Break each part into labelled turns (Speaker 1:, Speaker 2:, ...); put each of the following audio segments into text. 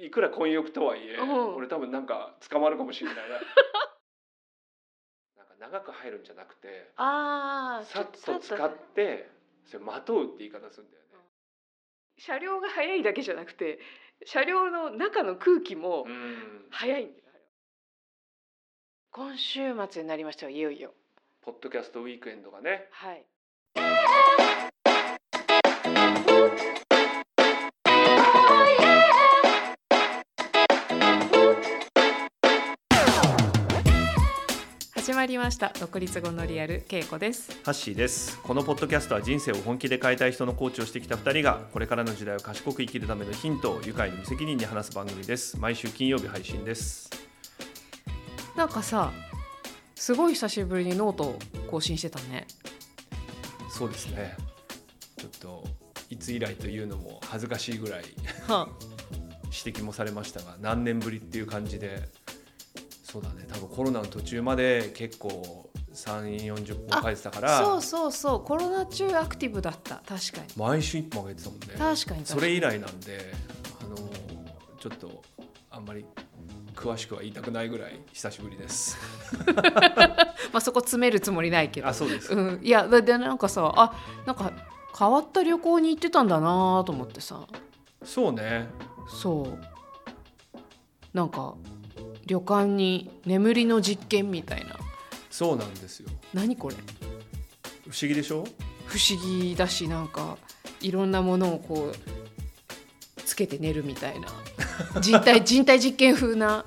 Speaker 1: いくら混浴とはいえ、
Speaker 2: うん
Speaker 1: 俺多分なんか捕まるかもし れないななんか長く入るんじゃなくて
Speaker 2: ああ
Speaker 1: さっと使ってそれまとうって言い方するんだよね
Speaker 2: 車両が速いだけじゃなくて車両の中の空気も
Speaker 1: うん
Speaker 2: 速いんだよ、あれは今週末になりましたよいよいよ
Speaker 1: ポッドキャストウィークエンドがね
Speaker 2: はい始まりました独立後のリアルけいこです
Speaker 3: ハッシーですこのポッドキャストは人生を本気で変えたい人のコーチをしてきた2人がこれからの時代を賢く生きるためのヒントを愉快に無責任に話す番組です毎週金曜日配信です
Speaker 2: なんかさすごい久しぶりにノートを更新してたね
Speaker 3: そうですねちょっといつ以来というのも恥ずかしいぐらい
Speaker 2: は
Speaker 3: 指摘もされましたが何年ぶりっていう感じでそうだね多分コロナの途中まで結構340本書いてたか
Speaker 2: あ、そう
Speaker 3: ら
Speaker 2: そうそうコロナ中アクティブだった確かに
Speaker 3: 毎週1本上げてたもんね
Speaker 2: 確かに確かに
Speaker 3: それ以来なんで、あのちょっとあんまり詳しくは言いたくないぐらい久しぶりです。
Speaker 2: まあそこ詰めるつもりないけど
Speaker 3: あ、そうです。
Speaker 2: うん、いやだでなんかさあなんか変わった旅行に行ってたんだなと思ってさ
Speaker 3: そうね。
Speaker 2: そうなんか旅館に眠りの実験みたいな
Speaker 3: そうなんですよ。
Speaker 2: 何これ
Speaker 3: 不思議でしょ？
Speaker 2: 不思議だしなんかいろんなものをこうつけて寝るみたいな 人体人体実験風な、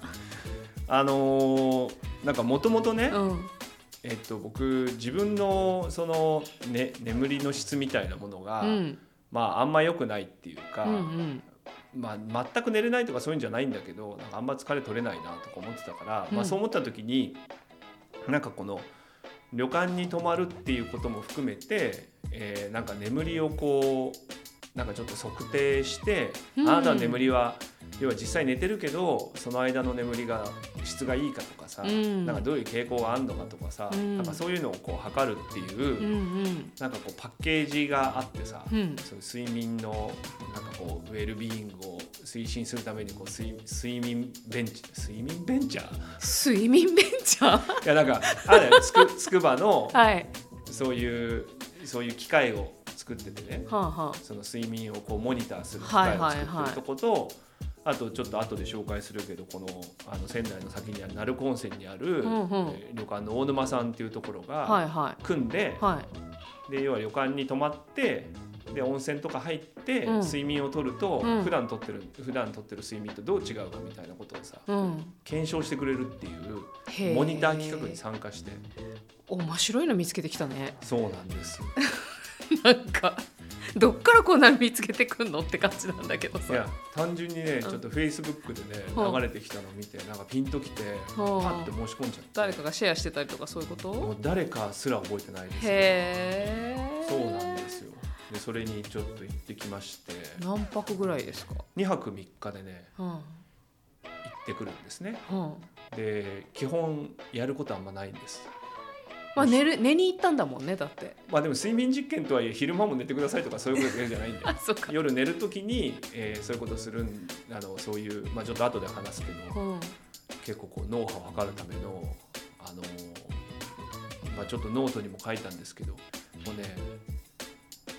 Speaker 3: あのーなんかもともとね、
Speaker 2: うん、
Speaker 3: えっと僕自分のそのね眠りの質みたいなものが、
Speaker 2: うん
Speaker 3: まああんま良くないっていうか、
Speaker 2: うんうん
Speaker 3: まあ、全く寝れないとかそういうんじゃないんだけどなんかあんま疲れ取れないなとか思ってたから、
Speaker 2: うん
Speaker 3: まあ、そう思った時になんかこの旅館に泊まるっていうことも含めて、えーなんか眠りをこうなんかちょっと測定して、
Speaker 2: うん
Speaker 3: あなたの眠りは要は実際寝てるけどその間の眠りが質がいいかとかさ、
Speaker 2: うん
Speaker 3: なんかどういう傾向があるのかとかさ、
Speaker 2: うん
Speaker 3: なんかそういうのをこう測るっていう、
Speaker 2: うんうん
Speaker 3: なんかこうパッケージがあってさ、
Speaker 2: うん
Speaker 3: そういう睡眠のなんかこうウェルビーイングを推進するためにこう睡睡眠ベンチ睡眠ベンチャー
Speaker 2: 睡眠ベンチャー
Speaker 3: いやなんかあれつくつくばの
Speaker 2: はい
Speaker 3: そういうそういう機械を作っててね
Speaker 2: はあは
Speaker 3: その睡眠をこうモニターする機械を作ってるとこと、あとちょっと後で紹介するけどこのあの仙台の先にある鳴子温泉にある、
Speaker 2: うんうん
Speaker 3: えー旅館の大沼さんっていうところ
Speaker 2: あはい
Speaker 3: が
Speaker 2: は
Speaker 3: 組んで、
Speaker 2: いはい
Speaker 3: で要は旅館に泊まってで温泉とか入って、
Speaker 2: うん
Speaker 3: 睡眠をとると、
Speaker 2: うん
Speaker 3: 普段とってる普段とってる睡眠とどう違うかみたいなことをさ、
Speaker 2: うん
Speaker 3: 検証してくれるっていう
Speaker 2: へえ
Speaker 3: モニター企画に参加して
Speaker 2: 面白いの見つけてきたね
Speaker 3: そうなんです
Speaker 2: なんかどっからこんなの見つけてくんのって感じなんだけど
Speaker 3: いや
Speaker 2: さ
Speaker 3: 単純にね
Speaker 2: う
Speaker 3: ち
Speaker 2: ん
Speaker 3: ょっとフェイスブックでね、
Speaker 2: うん
Speaker 3: 流れてきたのを見てなんかピンときて、
Speaker 2: うん
Speaker 3: パッて申し込んじゃって
Speaker 2: 誰かがシェアしてたりとかそういうこ
Speaker 3: も
Speaker 2: と
Speaker 3: う誰かすら覚えてないです
Speaker 2: へえ
Speaker 3: そうなんですよでそれにちょっと行ってきまして
Speaker 2: 何泊ぐらいですか
Speaker 3: 2泊3日でね
Speaker 2: うん
Speaker 3: 行ってくるんですね
Speaker 2: うん
Speaker 3: で基本やることあんまないんです
Speaker 2: まあ寝る寝に行ったんだもんねだって
Speaker 3: まあでも睡眠実験とはいえ昼間も寝てくださいとかそういうこと言うんじゃないんだ よ
Speaker 2: あそっか
Speaker 3: 夜寝る時に、えーそういうことするんあのそういう、まあ、ちょっと後で話すけ
Speaker 2: う
Speaker 3: ど
Speaker 2: ん
Speaker 3: 結構こう脳波を測るためのあのーまあ、ちょっとノートにも書いたんですけどもうね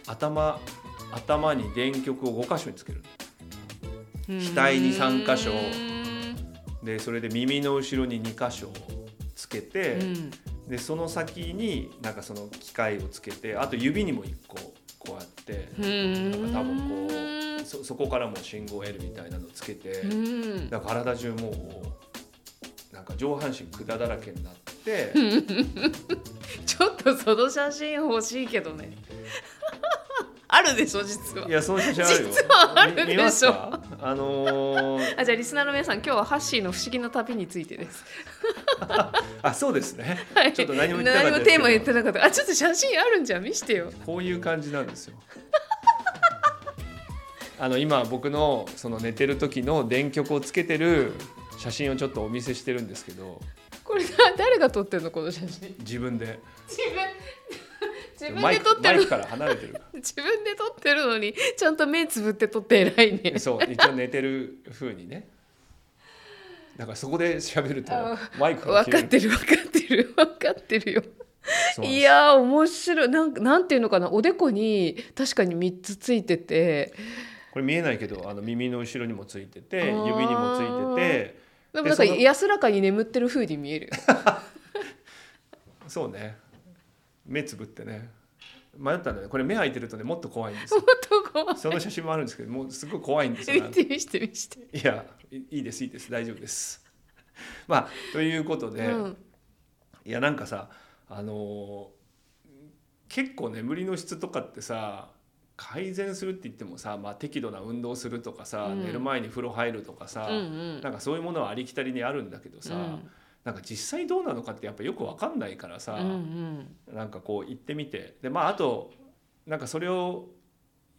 Speaker 3: 頭頭に電極を5箇所につける額に三箇所
Speaker 2: う
Speaker 3: でそれで耳の後ろに2箇所つけて、
Speaker 2: ん
Speaker 3: でその先になんかその機械をつけてあと指にも1個こうやって。
Speaker 2: うん
Speaker 3: なんか多分こうそそこからもう信号を得るみたいなのをつけて、
Speaker 2: うん
Speaker 3: だから体中もうなんか上半身管だらけになって、。
Speaker 2: ちょっとその写真欲しいけどね。 あるでしょ実はい
Speaker 3: やその写真あるよ
Speaker 2: 実はあるでしょ
Speaker 3: み見ますかあのー
Speaker 2: あじゃあリスナーの皆さん今日はハッシーの不思議の旅についてです。
Speaker 3: あそうですね、
Speaker 2: は い
Speaker 3: ちょっと何も言ってなかった
Speaker 2: 何も
Speaker 3: です
Speaker 2: テ
Speaker 3: け
Speaker 2: ー
Speaker 3: ど
Speaker 2: マ言ってなかった。あちょっと写真あるんじゃん見してよ。
Speaker 3: こういう感じなんです よあの今僕のその寝てる時の電極をつけてる写真をちょっとお見せしてるんですけど
Speaker 2: これ誰が撮ってんのこの写真。
Speaker 3: 自分で
Speaker 2: 自分自分
Speaker 3: マ
Speaker 2: で
Speaker 3: イ
Speaker 2: 撮っ
Speaker 3: ク
Speaker 2: て
Speaker 3: マイ
Speaker 2: る
Speaker 3: クから離れて るか
Speaker 2: 自分で撮ってるのにちゃんと目つぶって撮って偉いね
Speaker 3: らそう一応寝てる風にねだからそこで喋ると
Speaker 2: あ
Speaker 3: マイクが
Speaker 2: 分
Speaker 3: 消
Speaker 2: か
Speaker 3: え
Speaker 2: っ
Speaker 3: る
Speaker 2: てる分かってる分かってるよ
Speaker 3: そうなんです
Speaker 2: いやー面白いなんかなんていうのかなおでこに確かに3つついてて
Speaker 3: これ見えないけどあの耳の後ろにもついてて
Speaker 2: あー
Speaker 3: 指にもついてて
Speaker 2: でもなんか
Speaker 3: でその
Speaker 2: 安らかに眠ってる風に見えるよ
Speaker 3: そうね目つぶってね迷ったんだよねこれ目開いてるとねもっと怖いんです
Speaker 2: 本
Speaker 3: よ
Speaker 2: 当怖 い
Speaker 3: その写真もあるんですけどもうすごい怖いんです よ
Speaker 2: 見て見して見して、
Speaker 3: いやいいいですいいです大丈夫です まあということで、
Speaker 2: うん
Speaker 3: いやなんかさあのー結構眠りの質とかってさ改善するって言ってもさ、まあ、適度な運動するとかさ、
Speaker 2: うん
Speaker 3: 寝る前に風呂入るとかさ、
Speaker 2: うんうん
Speaker 3: なんかそういうものはありきたりにあるんだけどさ、
Speaker 2: うん
Speaker 3: なんか実際どうなのかってやっぱよく分かんないからさ、
Speaker 2: うんうん
Speaker 3: なんかこう行ってみてでまああとなんかそれを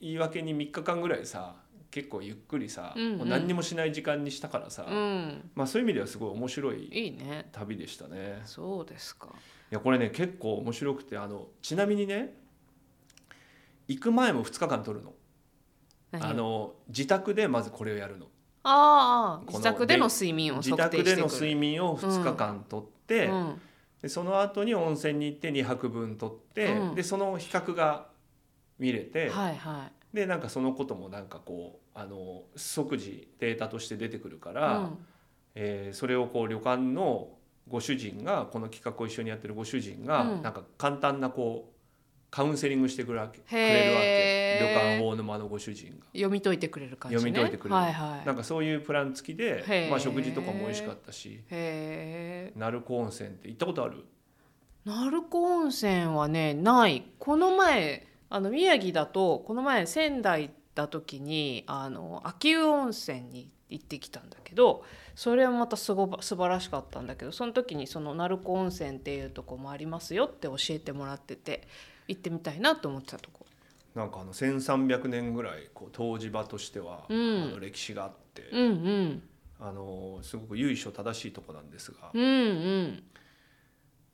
Speaker 3: 言い訳に3日間ぐらいさ結構ゆっくりさ、
Speaker 2: うんうん
Speaker 3: もう何にもしない時間にしたからさ、
Speaker 2: うん
Speaker 3: まあ、そういう意味ではすごい面白い
Speaker 2: いいね
Speaker 3: 旅でしたね。
Speaker 2: そうですか
Speaker 3: いやこれね結構面白くてあのちなみにね行く前も2日間撮るの
Speaker 2: 何
Speaker 3: あの自宅でまずこれをやるの
Speaker 2: ああ
Speaker 3: この
Speaker 2: 自宅での睡眠を
Speaker 3: 自
Speaker 2: 測定
Speaker 3: 宅
Speaker 2: し
Speaker 3: で
Speaker 2: てく
Speaker 3: の
Speaker 2: る
Speaker 3: 睡眠を2日間撮って、
Speaker 2: うん
Speaker 3: でその後に温泉に行って2泊分撮って、
Speaker 2: うん
Speaker 3: でその比較が見れて、
Speaker 2: はいは
Speaker 3: でなんかそのこともなんかこうあの即時データとして出てくるか
Speaker 2: い、
Speaker 3: ら、えーそれをこう旅館のご主人がこの企画を一緒にやってるご主人が、
Speaker 2: うん
Speaker 3: なんか簡単なこうカウンセリングしてくるわけくれるわ
Speaker 2: へー
Speaker 3: け旅館大沼のご主人が。
Speaker 2: 読み解いてくれる感じね
Speaker 3: 読み解いてくれる
Speaker 2: はいはい
Speaker 3: なんかそういうプラン付き
Speaker 2: へ
Speaker 3: で
Speaker 2: ー、
Speaker 3: まあ、食事とかも美味しかったし
Speaker 2: へえ
Speaker 3: 鳴子温泉って行ったことある
Speaker 2: 鳴子温泉はねないこの前あの宮城だとこの前仙台行った時にあの秋保温泉に行ってきたんだけどそれはまたすごば素晴らしかったんだけどその時にその鳴子温泉っていうとこもありますよって教えてもらってて行ってみたいなと思ってたとこ
Speaker 3: なんかあの1300年ぐらいこう湯治場としては、
Speaker 2: うん
Speaker 3: あの歴史があって、
Speaker 2: うんうん
Speaker 3: あのすごく由緒正しいとこなんですが、
Speaker 2: うんうん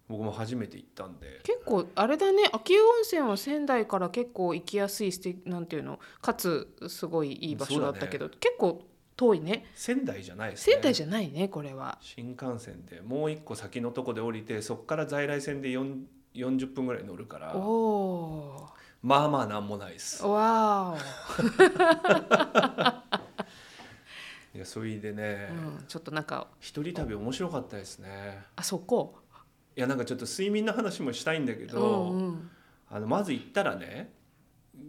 Speaker 3: 僕も初めて行ったんで
Speaker 2: 結構あれだね秋保温泉は仙台から結構行きやすいしてなんていうのかつすごいいい場所だったけど、結構遠いね
Speaker 3: 仙台じゃないですね
Speaker 2: 仙台じゃないねこれは
Speaker 3: 新幹線でもう一個先のとこで降りてそこから在来線で4 40分ぐらい乗るから
Speaker 2: おお
Speaker 3: まあまあなんもないです
Speaker 2: ーわ
Speaker 3: いやそれでね
Speaker 2: ー、お、うん、ちょっとなんか
Speaker 3: 一人旅面白かったですね
Speaker 2: あそこ
Speaker 3: いやなんかちょっと睡眠の話もしたいんだけ
Speaker 2: う
Speaker 3: ど、
Speaker 2: んうん
Speaker 3: あのまず行ったらね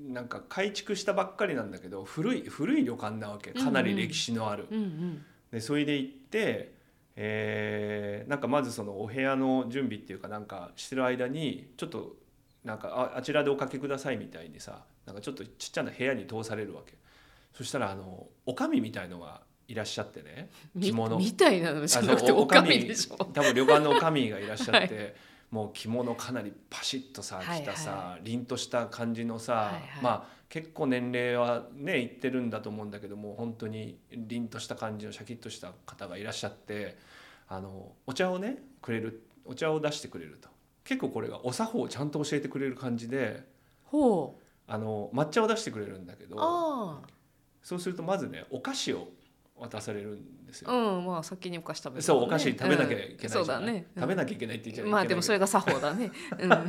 Speaker 3: なんか改築したばっかりなんだけど古い古い旅館なわけかなり歴史のある、
Speaker 2: うんうん
Speaker 3: でそれで行って、えーなんかまずそのお部屋の準備っていうかなんかしてる間にちょっとなんかああちらでおかけくださいみたいにさなんかちょっとちっちゃな部屋に通されるわけそしたらあのおかみみたいのがいらっしゃってね
Speaker 2: み
Speaker 3: 着物
Speaker 2: みたいなのじゃなくて
Speaker 3: あそう
Speaker 2: おかみでしょ
Speaker 3: お 多分旅館のおかみがいらっしゃって、もう着物かなりパシッとさ
Speaker 2: はい
Speaker 3: 着たさ、凛とした感じのさ、
Speaker 2: はいはい
Speaker 3: まあ結構年齢はねいってるんだと思うんだけどもう本当に凛とした感じのシャキッとした方がいらっしゃってあのお茶をねくれるお茶を出してくれると結構これがお作法をちゃんと教えてくれる感じで
Speaker 2: ほう
Speaker 3: あの抹茶を出してくれるんだけど
Speaker 2: あ
Speaker 3: そうするとまずねお菓子を渡されるんですよ
Speaker 2: あ。うんまあ先にお菓子食べる
Speaker 3: そうお菓子食べなきゃいけ
Speaker 2: うん
Speaker 3: な
Speaker 2: そ
Speaker 3: いうじゃ
Speaker 2: だ
Speaker 3: ない、
Speaker 2: ね
Speaker 3: 食べ
Speaker 2: な
Speaker 3: なきゃいけないって言っちゃいけ
Speaker 2: ま
Speaker 3: ない
Speaker 2: あでもそれが作法だね、うん、
Speaker 3: だ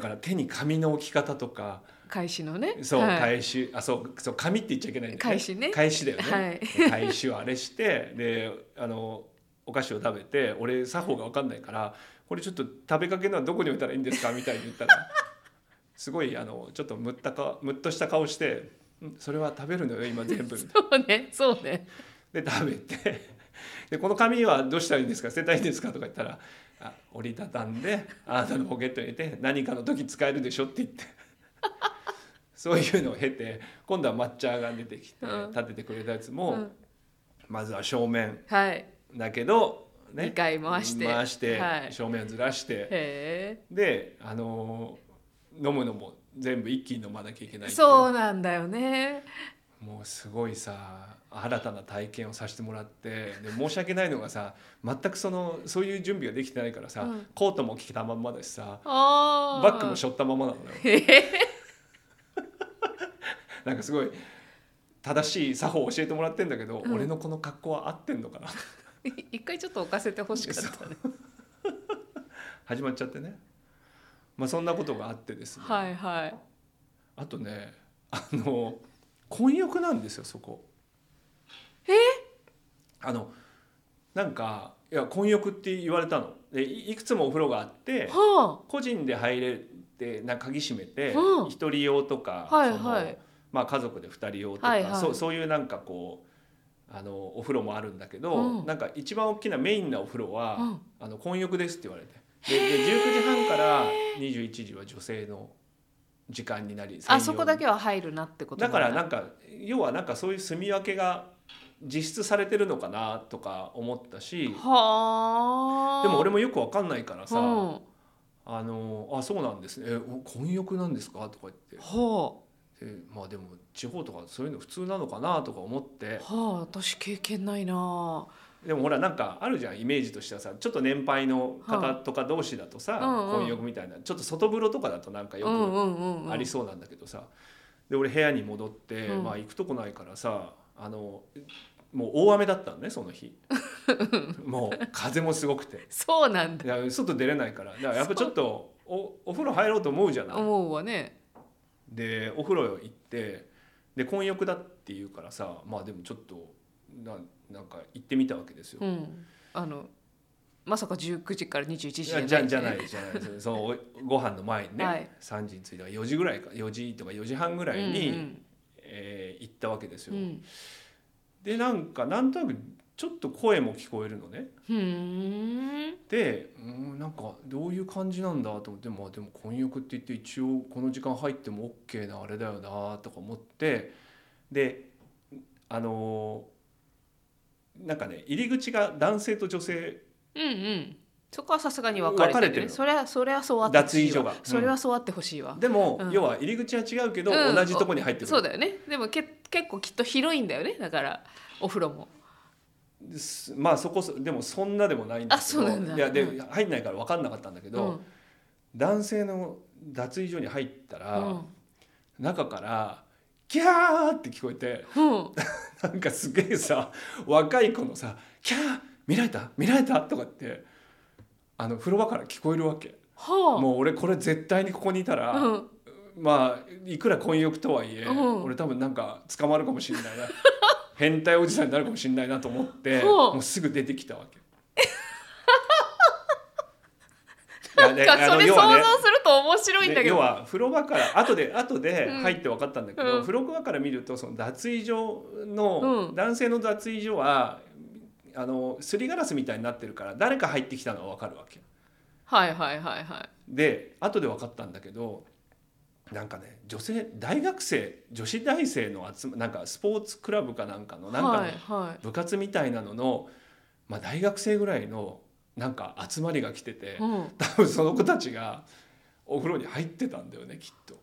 Speaker 3: から手に紙の置き方とか
Speaker 2: 返しのね
Speaker 3: そう、
Speaker 2: はい
Speaker 3: 返しあそうそう紙って言っちゃいけないんだよ
Speaker 2: 返しね
Speaker 3: 返しだよね、
Speaker 2: はい
Speaker 3: 返しをあれしてであのお菓子を食べて俺作法が分かんないからこれちょっと食べかけのはどこに置いたらいいんですかみたいに言った らすごいあのちょっとむったかむっとした顔してん「それは食べるのよ今全部」
Speaker 2: そうねそうね
Speaker 3: で食べて でこの紙はどうしたらいいんですか捨てたいんですかとか言ったらあ折りたたんであなたのポケットに入れて何かの時使えるでしょって言って そういうのを経て今度は抹茶が出てきて
Speaker 2: うん
Speaker 3: 立ててくれたやつも、
Speaker 2: うん
Speaker 3: まずは正面
Speaker 2: はい
Speaker 3: だけど、
Speaker 2: 二回回して
Speaker 3: 回して
Speaker 2: はい
Speaker 3: 正面ずらして
Speaker 2: へ
Speaker 3: で、あのー飲むのも全部一気に飲まなきゃいけないっ
Speaker 2: え
Speaker 3: てい
Speaker 2: そうなんだよね
Speaker 3: もうすごいさ新たな体験をさせてもらってで申し訳ないのがさ全くそのそういう準備ができてないからさ、
Speaker 2: うん
Speaker 3: コートも着たまんまだしさ
Speaker 2: あ
Speaker 3: バッグも背
Speaker 2: ョ
Speaker 3: 負ったままなのよなんかすごい正しい作法を教えてもらってんだけど、
Speaker 2: うん
Speaker 3: 俺のこの格好は合ってんのかな
Speaker 2: 一回ちょっと置かせてほしかったね
Speaker 3: 始まっちゃってね、まあ、そんなことがあってですね、
Speaker 2: はいはい
Speaker 3: あとねあの混浴なんですよそこ。えあのなんかいや混浴って言われたのでいいくつもお風呂があって
Speaker 2: は
Speaker 3: 個人で入れてなんか鍵閉めて
Speaker 2: うん
Speaker 3: 一人用とか、
Speaker 2: はい
Speaker 3: その
Speaker 2: はい
Speaker 3: まあ、家族で二人用とか、
Speaker 2: はいはい
Speaker 3: そうそういうなんかこうあのお風呂もあるんだけど、
Speaker 2: うん
Speaker 3: なんか一番大きなメインなお風呂は
Speaker 2: あ、うん
Speaker 3: 「あの混浴です」って言われてでで19時半から21時は女性の時間になり
Speaker 2: あ
Speaker 3: 専用
Speaker 2: そこだけは入るなってこと
Speaker 3: だからなん
Speaker 2: か
Speaker 3: んか要はなんかそういう住み分けが実質されてるのかなとか思ったし
Speaker 2: はあ
Speaker 3: でも俺
Speaker 2: も
Speaker 3: もよくわかんないからさ「
Speaker 2: うん、
Speaker 3: あのあそうなんですねえお混浴なんですか?」とか言っ
Speaker 2: は
Speaker 3: てでまあでも地方とかそういうの普通なのかなとか思って
Speaker 2: あはあ私経験ないな
Speaker 3: でもほらなんかあるじゃんイメージとしてはさちょっと年配の方とか同士だとさ、
Speaker 2: うんうん
Speaker 3: 混浴みたいなちょっと外風呂とかだとなんかよ
Speaker 2: う
Speaker 3: く
Speaker 2: んうんうんうん
Speaker 3: ありそうなんだけどさで俺部屋に戻って、
Speaker 2: うん
Speaker 3: まあ行くとこないからさあのもう大雨だったのねその 日もう風もすごくて
Speaker 2: そうなんだ
Speaker 3: いや外出れないからだからやっぱちょっとおお風呂入ろうと思うじゃない
Speaker 2: 思うわね
Speaker 3: でお風呂行ってで混浴だっていうからさまあでもちょっとななんか行ってみたわけですよ、
Speaker 2: うんあのまさか19時から21時
Speaker 3: い
Speaker 2: じゃな
Speaker 3: や
Speaker 2: い
Speaker 3: じゃじゃないじゃないそのおご飯の前にね、
Speaker 2: はい
Speaker 3: 3時に着いたから4時ぐらいか4時とか4時半ぐらいに、えー行ったわけです
Speaker 2: う
Speaker 3: よ、
Speaker 2: んうん
Speaker 3: でなんかなんとなくちょっと声も聞こえるのね
Speaker 2: うんふーん
Speaker 3: でうんなんかどういう感じなんだと思ってまあでも混浴って言って一応この時間入っても OK なあれだよなとか思ってであのーなんかね入り口が男性と女性
Speaker 2: うんうんそこはさすがに分かれて
Speaker 3: 分
Speaker 2: る,、ね、
Speaker 3: かれてるの
Speaker 2: それはそれはそうあってほしい
Speaker 3: 脱衣所
Speaker 2: わ
Speaker 3: がうん
Speaker 2: それはそうあってほしいわ、
Speaker 3: でも、
Speaker 2: うん
Speaker 3: 要は入り口は違うけど、
Speaker 2: うん
Speaker 3: 同じとこに入ってくる
Speaker 2: そうだよねでもけ結構きっと広いんだよねだからお風呂も
Speaker 3: ですまあそこそでもそんなでもないんですけど
Speaker 2: あそうなんだ
Speaker 3: いやで、
Speaker 2: う
Speaker 3: 入んないから分かんなかったんだけど、
Speaker 2: うん
Speaker 3: 男性の脱衣所に入ったら、
Speaker 2: うん
Speaker 3: 中から「キャー!」って聞こえて
Speaker 2: うん
Speaker 3: なんかすげえさ若い子のさ「キャー見られた見られた?」とかってあの風呂場から聞こえるわけ
Speaker 2: は
Speaker 3: もう俺これ絶対にここにいたら、
Speaker 2: あうん
Speaker 3: まあいくら混浴とはいえ、
Speaker 2: うん
Speaker 3: 俺多分なんか捕まるかもし れないな変態おじさんになるかもしれないなと思って
Speaker 2: ほう
Speaker 3: もうすぐ出てきたわ け。
Speaker 2: なんか
Speaker 3: いやねあ
Speaker 2: そ
Speaker 3: の
Speaker 2: れ想
Speaker 3: 要はね
Speaker 2: 像すると面白いんだ
Speaker 3: で
Speaker 2: け
Speaker 3: 要
Speaker 2: ど、
Speaker 3: は風呂場から後 で後で
Speaker 2: うん
Speaker 3: 入って分かったんだけど、
Speaker 2: うん
Speaker 3: 風呂場から見るとその脱衣所
Speaker 2: う
Speaker 3: の
Speaker 2: ん
Speaker 3: 男性の脱衣所は、あのすりガラスみたいになってるから誰か入ってきたのは分かるわけ。
Speaker 2: はいはいはいはい
Speaker 3: で後で分かったんだけどなんかね女性大学生女子大生の集まなんかスポーツクラブかなんかのなんかの
Speaker 2: はいはい
Speaker 3: 部活みたいなのの、まあ、大学生ぐらいのなんか集まりが来てて。
Speaker 2: うん
Speaker 3: 多分その子たちがお風呂に入ってたんだよねきっと。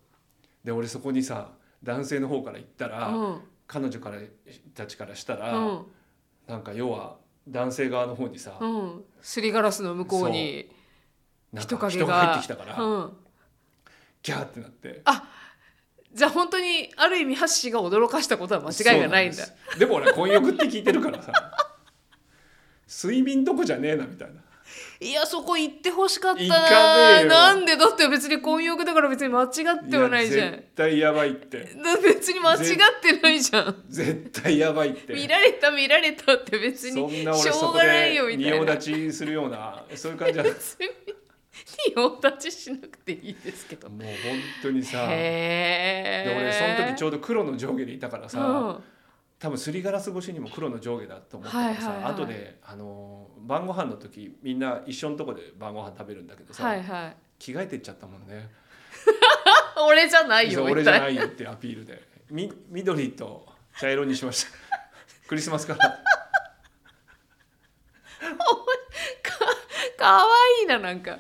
Speaker 3: で俺そこにさ男性の方から行ったら、
Speaker 2: うん
Speaker 3: 彼女からたちからしたら、
Speaker 2: うん
Speaker 3: なんか要は男性側の方にさ、
Speaker 2: うんすりガラスの向こうに
Speaker 3: なん
Speaker 2: 人
Speaker 3: か
Speaker 2: 影
Speaker 3: 人
Speaker 2: が
Speaker 3: が入ってきたから、
Speaker 2: うん、
Speaker 3: ギャーってなって
Speaker 2: じゃあ本当にある意味ハッシーが驚かしたことは間違いがないんだ
Speaker 3: そうですでも俺混浴って聞いてるからさ睡眠どこじゃねえなみたいない
Speaker 2: やそこ行ってほしかった
Speaker 3: 行かね
Speaker 2: な
Speaker 3: えよ
Speaker 2: なんでだって別に混浴だから別に間違ってはないじゃん
Speaker 3: や絶対やばいって
Speaker 2: だ 別に間違ってないじゃん
Speaker 3: 絶対やばいって
Speaker 2: 見られた見られたって別
Speaker 3: そ
Speaker 2: に
Speaker 3: ん
Speaker 2: し
Speaker 3: な俺そ
Speaker 2: ょう
Speaker 3: こ
Speaker 2: がない
Speaker 3: で
Speaker 2: よみた
Speaker 3: 仁王
Speaker 2: いな
Speaker 3: 立ちするようなそういう感じじゃない
Speaker 2: 別に仁王立ちしなくていいですけど
Speaker 3: もう本当にさで
Speaker 2: へえ
Speaker 3: 俺その時ち
Speaker 2: ょっ
Speaker 3: ょうど黒の上下でいたからさ、
Speaker 2: うん
Speaker 3: 多分すりガラス越しにも黒の上下だと思ったからさ、
Speaker 2: はいはいはい
Speaker 3: 後であのー晩ご飯の時みんな一緒のとこで晩ご飯食べるんだけどさ、
Speaker 2: はいはい
Speaker 3: 着替えてっちゃったもんね
Speaker 2: あ俺じゃないよ
Speaker 3: そう
Speaker 2: み
Speaker 3: 俺じゃ
Speaker 2: たいな
Speaker 3: ないよってアピールでみ緑と茶色にしま したクリスマスから
Speaker 2: かわいいななんか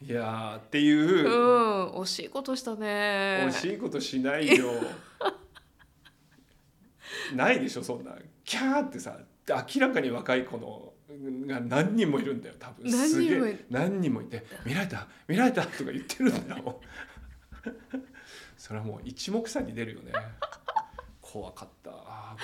Speaker 3: いやーって
Speaker 2: う
Speaker 3: いう、
Speaker 2: ん惜しいことしたね
Speaker 3: 惜しいことしないよ ないでしょそんなキャーってさ明らかに若い子のが何人もいるんだよ多分
Speaker 2: 何
Speaker 3: すげ
Speaker 2: 人もい
Speaker 3: え何人もいて「見られた見られた」とか言ってるんだよ それはもう一目散に出るよね怖かったあー怖かっ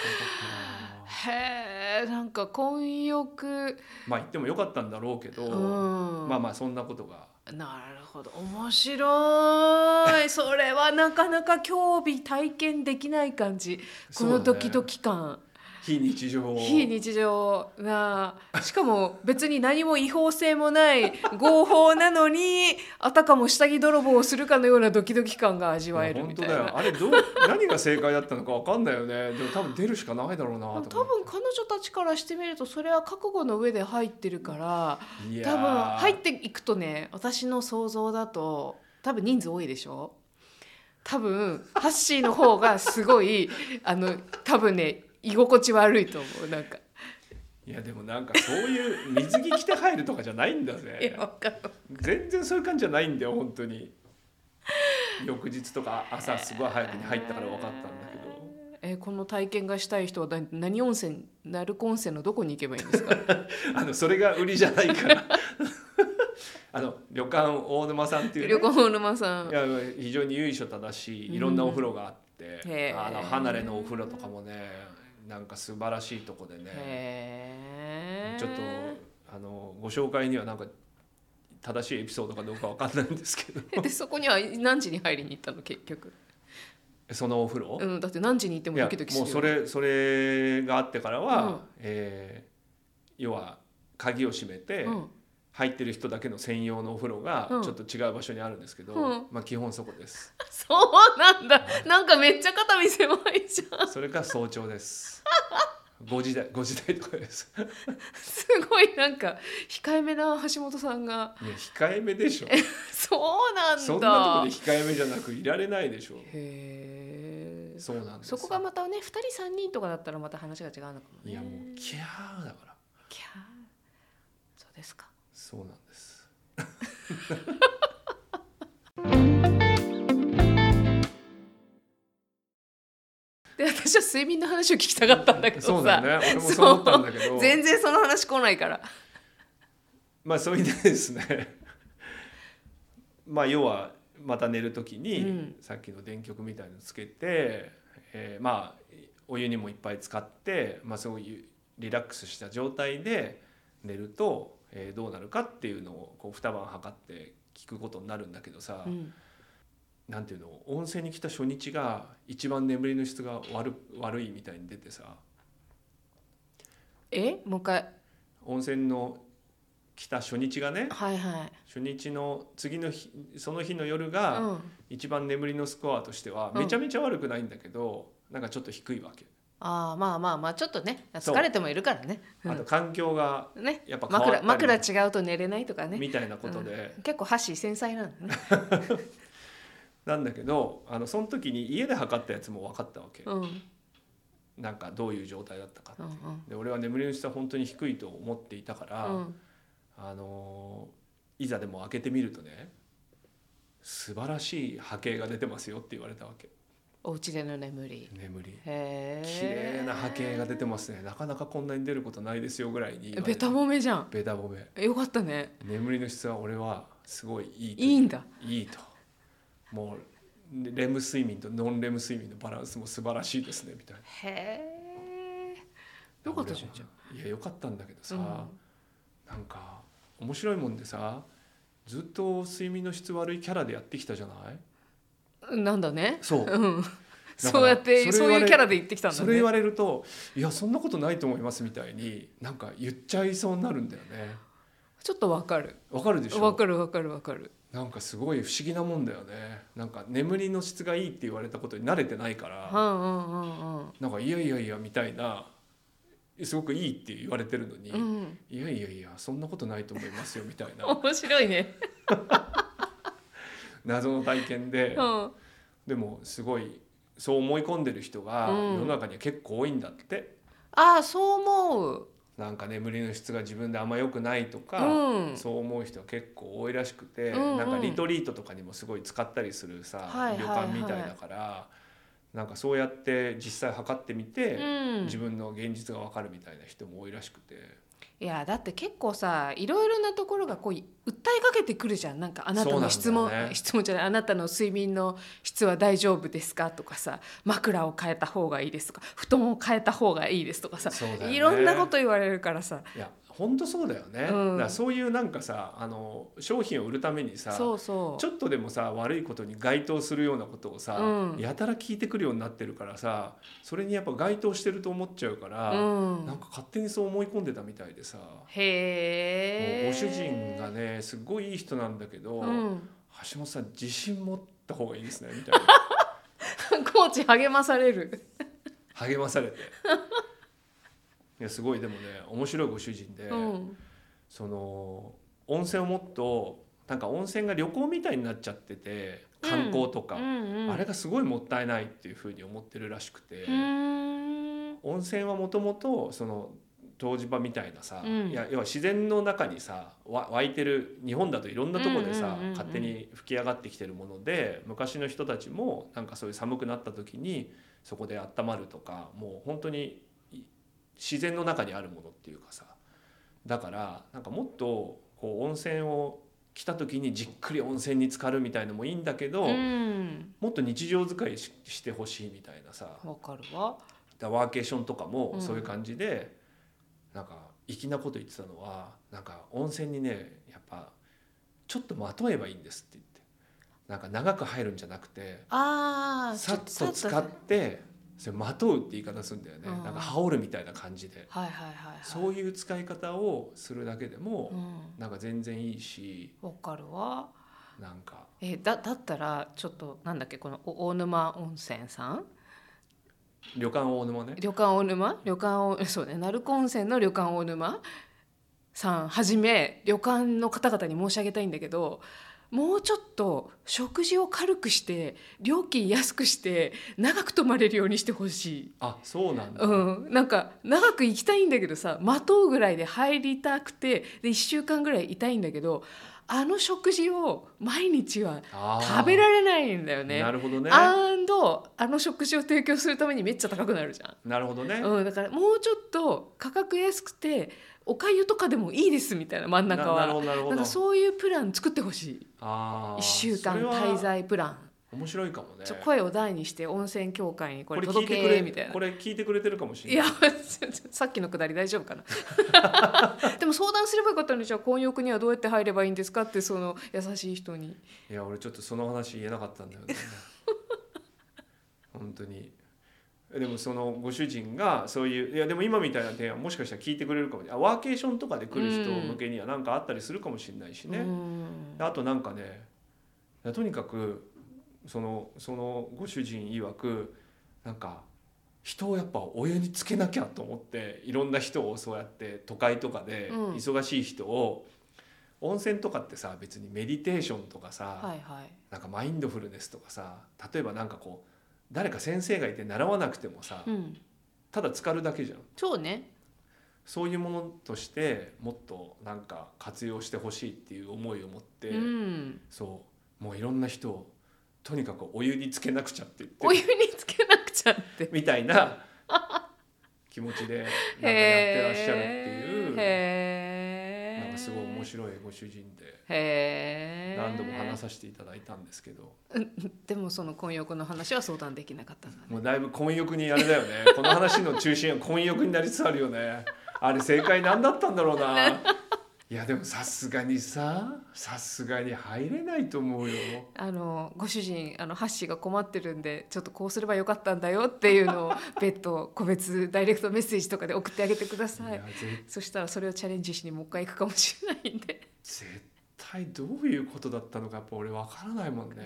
Speaker 3: たな
Speaker 2: へえなんか混浴
Speaker 3: まあ言ってもよかったんだろうけど、
Speaker 2: うん
Speaker 3: まあまあそんなことが
Speaker 2: なるほど面白いそれはなかなか興味体験できない感じこのドキド
Speaker 3: そうだね
Speaker 2: キ感、
Speaker 3: 非日常
Speaker 2: 非日常なしかも別に何も違法性もない合法なのにあたかも下着泥棒をするかのようなドキドキ感が味わえ
Speaker 3: いや
Speaker 2: るみ
Speaker 3: 本
Speaker 2: た
Speaker 3: 当
Speaker 2: い
Speaker 3: だ
Speaker 2: な。
Speaker 3: よあれどう何が正解だったのかわかんないよねでも多分出るしかないだろうな
Speaker 2: 多分
Speaker 3: と思っ
Speaker 2: 彼女たちからしてみるとそれは覚悟の上で入ってるから
Speaker 3: ていや
Speaker 2: 多
Speaker 3: ー
Speaker 2: 分入っていくとね私の想像だと多分人数多いでしょ多分ハッシーの方がすごい あの多分ね居心地悪いと思うなんか
Speaker 3: いやでもなんかそういう水着着て入るとかじゃないんだ
Speaker 2: いや
Speaker 3: ぜ
Speaker 2: わかんない
Speaker 3: 全然そういう感じじゃないんだよ本当に翌日とか朝すごい早くに入ったから分かったんだけど
Speaker 2: えーこの体験がしたい人は何何温泉鳴子温泉のどこに行けばいいんですか
Speaker 3: あのそれが売りじゃないから あの旅館大沼さんっていう、ね、
Speaker 2: 旅行沼さん
Speaker 3: いや非常に由緒正しいいろんなお風呂があって、
Speaker 2: うんへー
Speaker 3: あの離れのお風呂とかもねなんか素晴らしいとこでね
Speaker 2: へえ
Speaker 3: ちょっとあのご紹介にはなんか正しいエピソードかどうかわかんないんですけ ど
Speaker 2: でそこには何時に入りに行ったの結局、
Speaker 3: そのお風呂、
Speaker 2: うん、だって何時に行っても
Speaker 3: いや
Speaker 2: ドキドキする
Speaker 3: もうそれそれがあってからは、
Speaker 2: うん
Speaker 3: えー要は鍵を閉めて、
Speaker 2: うん
Speaker 3: 入ってる人だけの専用のお風呂が
Speaker 2: うん
Speaker 3: ちょっと違う場所にあるんですけど、
Speaker 2: うん
Speaker 3: まあ基本そこです。
Speaker 2: そうなんだなんかめっちゃ肩身狭いじゃん
Speaker 3: それが早朝です。5時台5時台とかです。
Speaker 2: すごいなんか控えめな橋本さんが
Speaker 3: いや控えめでしょ
Speaker 2: そうなんだ
Speaker 3: そんなとこで控えめじゃなくいられないでしょ
Speaker 2: へえ
Speaker 3: そうなんです
Speaker 2: そ
Speaker 3: よ
Speaker 2: こがまたね2人3人とかだったらまた話が違うのかもね
Speaker 3: いやもうキャーだから
Speaker 2: キャーそうですか
Speaker 3: そうなんです
Speaker 2: で私は睡眠の話を聞きたかったんだけどさ
Speaker 3: そうだよね俺もそう思ったんだけ
Speaker 2: そ
Speaker 3: ど
Speaker 2: う全然その話来ないから
Speaker 3: まあそれでですね まあ要はまた寝る時に、
Speaker 2: うん
Speaker 3: さっきの電極みたいのつけて、えーまあお湯にもいっぱい使って、まあ、そういうリラックスした状態で寝ると、えーどうなるかっていうのをこう二晩測って聞くことになるんだけどさ、
Speaker 2: うん
Speaker 3: なんていうの温泉に来た初日が一番眠りの質が悪悪いみたいに出てさ
Speaker 2: えもう一回
Speaker 3: 温泉の来た初日がね
Speaker 2: はいはい
Speaker 3: 初日の次の日その日の夜が
Speaker 2: うん
Speaker 3: 一番眠りのスコアとしては
Speaker 2: うん
Speaker 3: めちゃめちゃ悪くないんだけど、なんかちょっと低いわけ、
Speaker 2: ああまあまあまあちょっとね
Speaker 3: そう
Speaker 2: 疲れてもいるからねうん
Speaker 3: あと環境が
Speaker 2: ね
Speaker 3: やっぱ変わった
Speaker 2: 枕
Speaker 3: り
Speaker 2: 枕違うと寝れないとかね
Speaker 3: みたいなことで、
Speaker 2: 結構箸繊細なん だね、
Speaker 3: なんだけどあのその時に家で測ったやつも分かったわけ、
Speaker 2: うんうん
Speaker 3: なんかどういう状態だったか
Speaker 2: うん
Speaker 3: で俺は眠りの質は本当に低いと思っていたから、
Speaker 2: うん
Speaker 3: あのーいざでも開けてみるとね素晴らしい波形が出てますよって言われたわけ
Speaker 2: お家での眠り
Speaker 3: 眠り
Speaker 2: へえ
Speaker 3: 綺麗な波形が出てますねなかなかこんなに出ることないですよぐらいに言われ
Speaker 2: ベ
Speaker 3: た
Speaker 2: タ褒めじゃん
Speaker 3: ベタ褒め
Speaker 2: よかったね
Speaker 3: 眠りの質は俺はすごいいいと
Speaker 2: いいんだ
Speaker 3: いいともうレム睡眠とノンレム睡眠のバランスも素晴らしいですねみたいな
Speaker 2: へえよかったじゃんじゃ
Speaker 3: いやよかったんだけどさ、
Speaker 2: うん
Speaker 3: なんか面白いもんでさずっと睡眠の質悪いキャラでやってきたじゃない
Speaker 2: あなんだね
Speaker 3: そう
Speaker 2: うん
Speaker 3: ら
Speaker 2: そうやって
Speaker 3: そ
Speaker 2: そ
Speaker 3: れ言われ
Speaker 2: ういうキャラで言ってきたんだね
Speaker 3: それ言われるといやそんなことないと思いますみたいになんか言っちゃいそうになるんだよね
Speaker 2: ちょっとわかる
Speaker 3: わかるでし
Speaker 2: わ
Speaker 3: ょ
Speaker 2: かるわかるわかる
Speaker 3: なんかすごい不思議なもんだよねなんか眠りの質がいいって言われたことに慣れてないか
Speaker 2: う
Speaker 3: ら
Speaker 2: んうんうんうん
Speaker 3: なんかいやいやいやみたいなすごくいいって言われてるのに、
Speaker 2: うん
Speaker 3: いやいやいやそんなことないと思いますよみたいな
Speaker 2: 面白いね
Speaker 3: 謎の体験で
Speaker 2: うん
Speaker 3: でもすごいそう思い込んでる人が
Speaker 2: うん
Speaker 3: 世の中には結構多いんだって、
Speaker 2: ああそう思う
Speaker 3: なんか眠りの質が自分であんま良くないとか、
Speaker 2: うん
Speaker 3: そう思う人は結構多いらしくて、
Speaker 2: うんうん
Speaker 3: なんかリトリートとかにもすごい使ったりするさ、
Speaker 2: はいはいはい
Speaker 3: 旅館みたいだからなんかそうやって実際測ってみて、
Speaker 2: うん
Speaker 3: 自分の現実がわかるみたいな人も多いらしくて
Speaker 2: いやだって結構さいろいろなところがこう訴えかけてくるじゃんなんかあなた
Speaker 3: そうなんだよ
Speaker 2: の
Speaker 3: ね
Speaker 2: 質問、質問じゃないあなたの睡眠の質は大丈夫ですかとかさ枕を変えた方がいいですとか布団を変えた方がいいですとかさ、
Speaker 3: そうだよね
Speaker 2: いろんなこと言われるからさ
Speaker 3: いや本当そうだよね、
Speaker 2: うん
Speaker 3: だからそういうなんかさあの商品を売るためにさ
Speaker 2: そうそう
Speaker 3: ちょっとでもさ悪いことに該当するようなことをさ、
Speaker 2: うん
Speaker 3: やたら聞いてくるようになってるからさそれにやっぱ該当してると思っちゃうから、
Speaker 2: うん
Speaker 3: なんか勝手にそう思い込んでたみたいでさ、もう
Speaker 2: へえ
Speaker 3: ご主人がねすごいいい人なんだけど、
Speaker 2: うん、
Speaker 3: 橋本さん自信持った方がいいですねみたいな
Speaker 2: コーチ励まされる
Speaker 3: 励まされて。いやすごいでもね面白いご主人で、
Speaker 2: うん
Speaker 3: その温泉をもっとなんか温泉が旅行みたいになっちゃってて観光とか、
Speaker 2: うんうん
Speaker 3: あれがすごいもったいないっていうふうに思ってるらしくて、
Speaker 2: うーん
Speaker 3: 温泉はもともとその湯治場みたいなさ、
Speaker 2: うん
Speaker 3: いや要は自然の中にさわ湧いてる日本だといろんなとこでさ、
Speaker 2: うんうんうんうん
Speaker 3: 勝手に吹き上がってきてるもので昔の人たちもなんかそういう寒くなった時にそこで温まるとかもう本当にい自然の中にあるものっていうかさだからなんかもっとこう温泉を来た時にじっくり温泉に浸かるみたいのもいいんだけど、
Speaker 2: うん
Speaker 3: もっと日常使いししてほしいみたいなさ、
Speaker 2: わかるわ
Speaker 3: だワーケーションとかも
Speaker 2: うん
Speaker 3: そういう感じで、なんか粋なこと言ってたのはなんか温泉にねやっぱちょっとまとえばいいんですって言ってなんか長く入るんじゃなくて
Speaker 2: あー
Speaker 3: さっ
Speaker 2: ちょ
Speaker 3: と使ってそれまとうって言い方するんだよね、
Speaker 2: うん
Speaker 3: なんか羽織るみたいな感じで、
Speaker 2: はいはいはいはい
Speaker 3: そういう使い方をするだけでも、
Speaker 2: うん
Speaker 3: なんか全然いいし
Speaker 2: わかるわ
Speaker 3: なんか
Speaker 2: えだだったらちょっとなんだっけこのお大沼温泉さん
Speaker 3: 旅館大沼ね
Speaker 2: 旅館大 沼旅館おそうね鳴子温泉の旅館大沼さんはじめ旅館の方々に申し上げたいんだけどもうちょっと食事を軽くして料金安くして長く泊まれるようにしてほしい。
Speaker 3: あそうなんだ、
Speaker 2: うん、なんか長く行きたいんだけどさ待とうぐらいで入りたくてで1週間ぐらいいたいんだけどあの食事を毎日は
Speaker 3: あー
Speaker 2: 食べられないんだよね。
Speaker 3: なるほどね
Speaker 2: アンドあの食事を提供するためにめっちゃ高くなるじゃん。
Speaker 3: なるほどね、
Speaker 2: うん、だからもうちょっと価格安くておかゆとかでもいいですみたいな真ん
Speaker 3: な
Speaker 2: 中
Speaker 3: なる
Speaker 2: は
Speaker 3: ほどなるほ
Speaker 2: なん
Speaker 3: ど
Speaker 2: かそういうプラン作ってほしい
Speaker 3: あー
Speaker 2: 1週間
Speaker 3: それは
Speaker 2: 滞在プラン
Speaker 3: 面白いかもね
Speaker 2: ちょ声を大にして温泉協会にこ
Speaker 3: こ
Speaker 2: れ
Speaker 3: れ聞
Speaker 2: 届
Speaker 3: いてくれ
Speaker 2: けみたいな
Speaker 3: こ。れ聞いてくれてるかもし
Speaker 2: い
Speaker 3: れな
Speaker 2: や
Speaker 3: い
Speaker 2: さっきのくだり大丈夫かな でも相談すればよかったのにじゃあ混浴にはどうやって入ればいいんですかってその優しい人に
Speaker 3: いや俺ちょっとその話言えなかったんだよね 本当にでもそのご主人がそういういやでも今みたいな提案もしかしたら聞いてくれるかもあワーケーションとかで来る人向けには何かあったりするかもしれないしね、
Speaker 2: うん
Speaker 3: あとなんかねとにかくそのそのご主人曰くなんか人をやっぱお湯につけなきゃと思っていろんな人をそうやって都会とかで
Speaker 2: うん
Speaker 3: 忙しい人を、温泉とかってさ別にメディテーションとかさ、
Speaker 2: はいはい
Speaker 3: なんかマインドフルネスとかさ例えばなんかこう誰か先生がいて習わなくてもさ、
Speaker 2: うん
Speaker 3: ただ浸かるだけじゃん
Speaker 2: そうね
Speaker 3: そういうものとしてもっとなんか活用してほしいっていう思いを持って。
Speaker 2: うん
Speaker 3: そうもういろんな人をとにかくお湯につけなくちゃって言
Speaker 2: お
Speaker 3: っ
Speaker 2: 湯
Speaker 3: て
Speaker 2: につけなくちゃって
Speaker 3: みたいな気持ちでなんかやってらっしゃるっていう
Speaker 2: へー
Speaker 3: なんかすごい面白いご主人で
Speaker 2: へー
Speaker 3: 何度も話させていただいたんですけど
Speaker 2: でもその混浴の話は相談できなかったんだね
Speaker 3: もうだいぶ混浴にあれだよねこの話の中心は混浴になりつつあるよねあれ正解何だったんだろうないやでもさすがにささすがに入れないと思うよ
Speaker 2: あのご主人あのハッシーが困ってるんでちょっとこうすればよかったんだよっていうのを別途個別ダイレクトメッセージとかで送ってあげてくだ
Speaker 3: い
Speaker 2: さい
Speaker 3: や絶
Speaker 2: そしたらそれをチャレンジしにもう一回行くかもしれないんで
Speaker 3: 絶対どういうことだったのかやっぱ俺わからないもんね。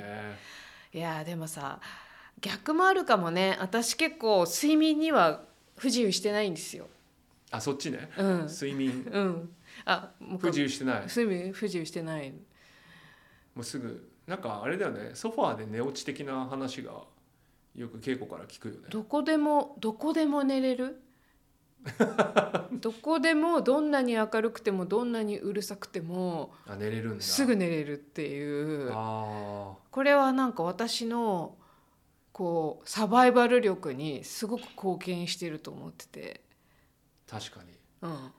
Speaker 2: いやーでもさ逆もあるかもね私結構睡眠には不自由してないんですよ
Speaker 3: あそっちね。
Speaker 2: うん
Speaker 3: 睡 眠
Speaker 2: うんあもう一
Speaker 3: 不
Speaker 2: 回
Speaker 3: 自由してない。
Speaker 2: 睡眠不自由してない
Speaker 3: もうすぐなんかあれだよね。ソファーで寝落ち的な話がよく稽古から聞くよね。
Speaker 2: どこでもどこでも寝 れるどこでもどんなに明るくてもどんなにうるさくても
Speaker 3: あ寝れるんだ。
Speaker 2: すぐ寝れるっていう
Speaker 3: あ
Speaker 2: これはなんか私のこうサバイバル力にすごく貢献してると思ってて、
Speaker 3: 確かに
Speaker 2: うん、あ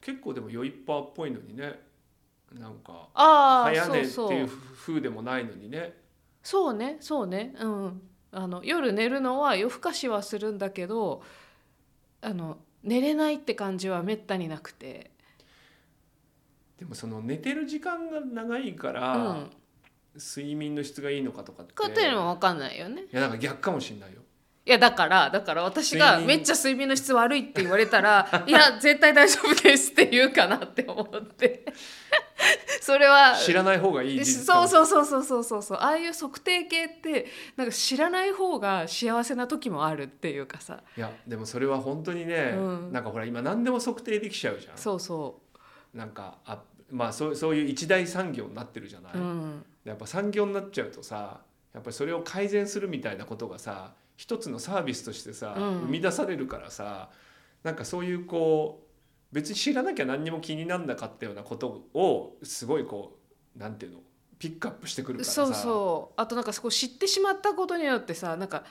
Speaker 3: 結構でも酔いっぱっぽいのにねなんか
Speaker 2: あ
Speaker 3: 早
Speaker 2: そ
Speaker 3: 寝
Speaker 2: う
Speaker 3: って
Speaker 2: そう
Speaker 3: いう風でもないのにね
Speaker 2: そうねそうねうんあの夜寝るのは夜更かしはするんだけどあの寝れないって感じはめったになくて、
Speaker 3: でもその寝てる時間が長いか
Speaker 2: う
Speaker 3: ら、
Speaker 2: ん、
Speaker 3: 睡眠の質がいいのかとかって
Speaker 2: こうやっていうのも分かんないよね。
Speaker 3: いやなんか逆かもしれないよ
Speaker 2: いやだからだから私が
Speaker 3: 睡眠
Speaker 2: めっちゃ睡眠の質悪いって言われた らいや絶対大丈夫ですって言うかなって思って それは
Speaker 3: 知らない方がいい事実か
Speaker 2: そ
Speaker 3: も
Speaker 2: うそうそうそうそうそうそうああいう測定系ってなんか知らない方が幸せな時もあるっていうかさ
Speaker 3: いやでもそれは本当にね、
Speaker 2: うん
Speaker 3: なんかほら今何でも測定できちゃうじゃん
Speaker 2: そうそ
Speaker 3: なんかあまあそうそういう一大産業になってるじゃない、
Speaker 2: う、うん、
Speaker 3: やっぱ産業になっちゃうとさやっぱりそれを改善するみたいなことがさ一つのサービスとしてさ、
Speaker 2: うん
Speaker 3: 生み出されるからさなんかそういうこう別に知らなきゃ何にも気になんなかったようなことをすごいこうなんていうのピックアップしてくるからさ
Speaker 2: そうそうあとなんかそこ知ってしまったことによってさなんか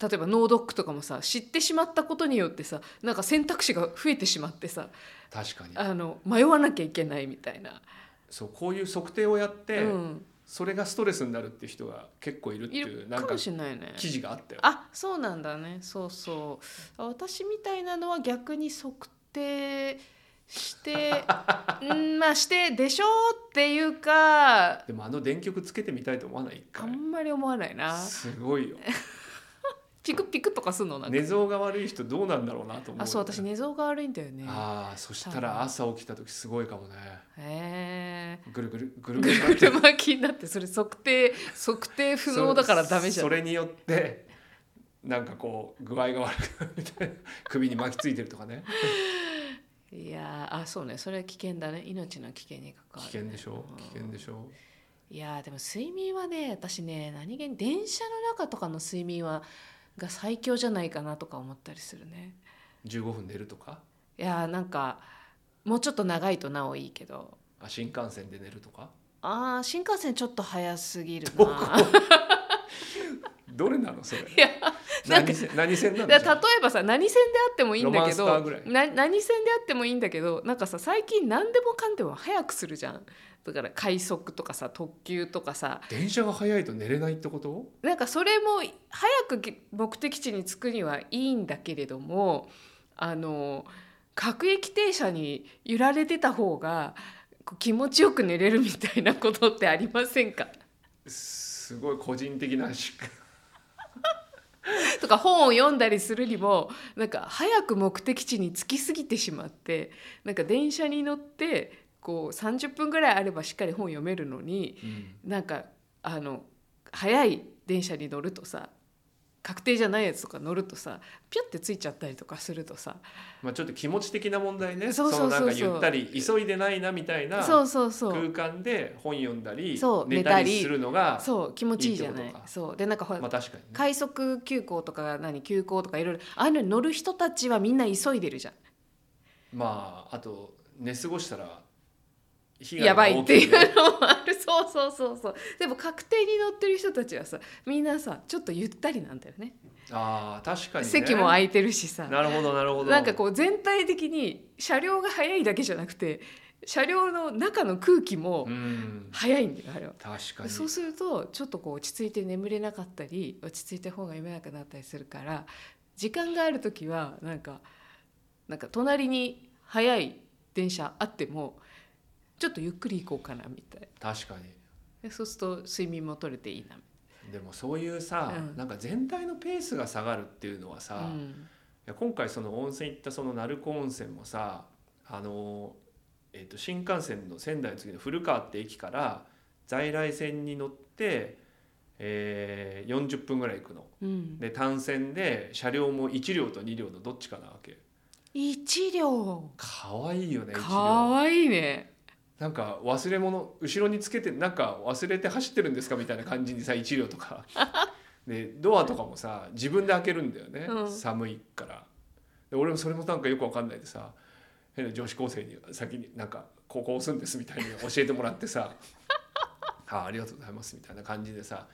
Speaker 2: 例えば脳ドックとかもさ知ってしまったことによってさなんか選択肢が増えてしまってさ
Speaker 3: 確かに
Speaker 2: あの迷わなきゃいけないみたいな。
Speaker 3: そうこういう測定をやって、
Speaker 2: うん
Speaker 3: それがストレスになるっていう人が結構いるって
Speaker 2: い
Speaker 3: いう
Speaker 2: る
Speaker 3: な
Speaker 2: か
Speaker 3: んか
Speaker 2: もしれないね。
Speaker 3: 記事があったよ。
Speaker 2: あそうなんだねそうそう私みたいなのは逆に測定して うんまあしてでしょっていうか
Speaker 3: でもあの電極つけてみたいと思わない一
Speaker 2: あ
Speaker 3: 回
Speaker 2: んまり思わないな
Speaker 3: すご いよ
Speaker 2: ピクピクとかすんのなんか、
Speaker 3: 寝相が悪い人どうなんだろうなと思うよね
Speaker 2: あそう私寝相が悪いんだよね
Speaker 3: ああそしたら朝起きた時すごいかもね
Speaker 2: へえ
Speaker 3: ぐるぐるぐるぐるなって
Speaker 2: 車巻きになってそれ測定測定不能だからダメじゃ
Speaker 3: そ
Speaker 2: ん
Speaker 3: れによってなんかこう具合が悪くなるみたいな首に巻きついてるとかね
Speaker 2: いやーあそうねそれは危険だね命の危険に関
Speaker 3: 危
Speaker 2: わる
Speaker 3: 険
Speaker 2: ね、
Speaker 3: でしょ
Speaker 2: うん
Speaker 3: 危険でしょ
Speaker 2: いやーでも睡眠はね私ね何気に電車の中とかの睡眠はが最強じゃないかなとか思ったりするね
Speaker 3: 15分寝るとか
Speaker 2: いやーなんかもうちょっと長いとなおいいけど
Speaker 3: あ新幹線で寝るとか
Speaker 2: あー新幹線ちょっと早すぎる
Speaker 3: どこ
Speaker 2: な
Speaker 3: どれなのそれ
Speaker 2: いやなんか
Speaker 3: 何線何線なの
Speaker 2: いや
Speaker 3: じ
Speaker 2: 例
Speaker 3: ゃあ
Speaker 2: えばさ何線であってもいいんだけど
Speaker 3: ロマンスターぐらい
Speaker 2: な何線であってもいいんだけどなんかさ最近何でもかんでも早くするじゃんだから快速とかさ特急とかさ
Speaker 3: 電車が早いと寝れないってこと
Speaker 2: なんかそれも早くげ目的地に着くにはいいんだけれどもあの各駅停車に揺られてた方がこう気持ちよく寝れるみたいなことってありませんか
Speaker 3: すごい個人的なし
Speaker 2: とか本を読んだりするにもなんか早く目的地に着きすぎてしまってなんか電車に乗ってこう30分ぐらいあればしっかり本読めるのに
Speaker 3: うん
Speaker 2: なんかあの早い電車に乗るとさ確定じゃないやつとか乗るとさピュッてついちゃったりとかするとさ
Speaker 3: まあちょっと気持ち的な問題ね
Speaker 2: そうそうそうそう
Speaker 3: のなんかゆったり急いでないなみたいな
Speaker 2: そうそうそう
Speaker 3: 空間で本読んだり
Speaker 2: そう
Speaker 3: 寝た
Speaker 2: 寝たり
Speaker 3: りするのが
Speaker 2: そう気持ちいいじゃない
Speaker 3: いいってことか
Speaker 2: そうでなんかほら、
Speaker 3: まあ確かにね
Speaker 2: 快速急行とか何急行とかいろいろああいうのに乗る人たちはみんな急いでるじゃん
Speaker 3: まああと寝過ごしたら被
Speaker 2: やばいってい
Speaker 3: ね
Speaker 2: うのもある そうそうそうそうでも確定に乗ってる人たちはさみんなさちょっとゆったりなんだよね
Speaker 3: ああ確かに、ね、
Speaker 2: 席も空いてるしさ
Speaker 3: なるほどなるほど
Speaker 2: なんかこう全体的に車両が速いだけじゃなくて車両の中の空気も
Speaker 3: ん
Speaker 2: 速いんだよあれは。
Speaker 3: 確かに
Speaker 2: そうするとちょっとこう落ち着いて眠れなかったり落ち着いた方が読めなくなったりするから時間がある時はなんかなんか隣に速い電車あってもちょっとゆっくり行こうかなみたい
Speaker 3: 確かに
Speaker 2: でそうすると睡眠も取れていいなみ
Speaker 3: でもそういうさ、
Speaker 2: うん
Speaker 3: なんか全体のペースが下がるっていうのはさ
Speaker 2: たい、な、うん
Speaker 3: いや今回その温泉行ったその鳴子温泉もさあの、えっと新幹線の仙台の次の古川って駅から在来線に乗って、えー40分ぐらい行くの。
Speaker 2: うん、
Speaker 3: で単線で車両も1両と2両のどっちかなわけ。
Speaker 2: 一両
Speaker 3: かわいいよね1
Speaker 2: か
Speaker 3: 両。
Speaker 2: わいいね
Speaker 3: なんか忘れ物後ろにつけてなんか忘れて走ってるんですかみたいな感じにさ1両と かでドアとかもさ自分で開けるんだよね、
Speaker 2: うん
Speaker 3: 寒いからで俺もそれもなんかよく分かんないでさ変な女子高生に先になんか「ここ押すんです」み たいに教えてもらってさ「あありがとうございます」みたいな感じでさ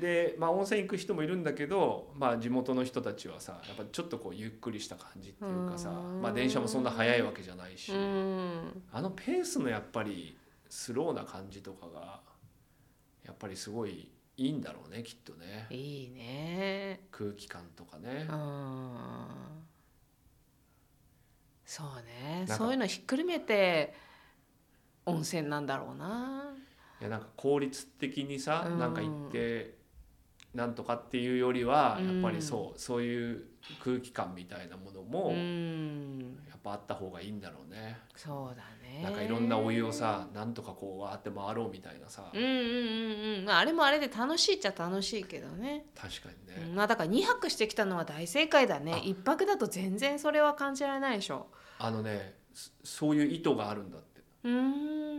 Speaker 3: で、まあ、温泉行く人もいるんだけど、まあ、地元の人たちはさやっぱちょっとこうゆっくりした感じっていうかさ
Speaker 2: うん
Speaker 3: まあ、電車もそんな速いわけじゃないし、
Speaker 2: うん
Speaker 3: あのペースのやっぱりスローな感じとかがやっぱりすごいいいんだろうねきっとね
Speaker 2: いいね
Speaker 3: 空気感とかね
Speaker 2: うんそうね
Speaker 3: んか
Speaker 2: そういうのひっくるめて温泉なんだろうない
Speaker 3: やなんか効率的にさ、
Speaker 2: うん
Speaker 3: なんか行ってなんとかっていうよりは
Speaker 2: うん
Speaker 3: やっぱりそう、そういう空気感みたいなもの
Speaker 2: う
Speaker 3: も
Speaker 2: ん
Speaker 3: やっぱあった方がいいんだろうね、
Speaker 2: そうだね
Speaker 3: なんかいろんなお湯をさなんとかこうわーって回ろうみたいなさ、
Speaker 2: うんうんうんうんまああれもあれで楽しいっちゃ楽しいけどね
Speaker 3: 確かにね、
Speaker 2: うんまあだから2泊してきたのは大正解だね
Speaker 3: あ
Speaker 2: 1泊だと全然それは感じられないでしょ
Speaker 3: あのねそそういう意図があるんだって
Speaker 2: うー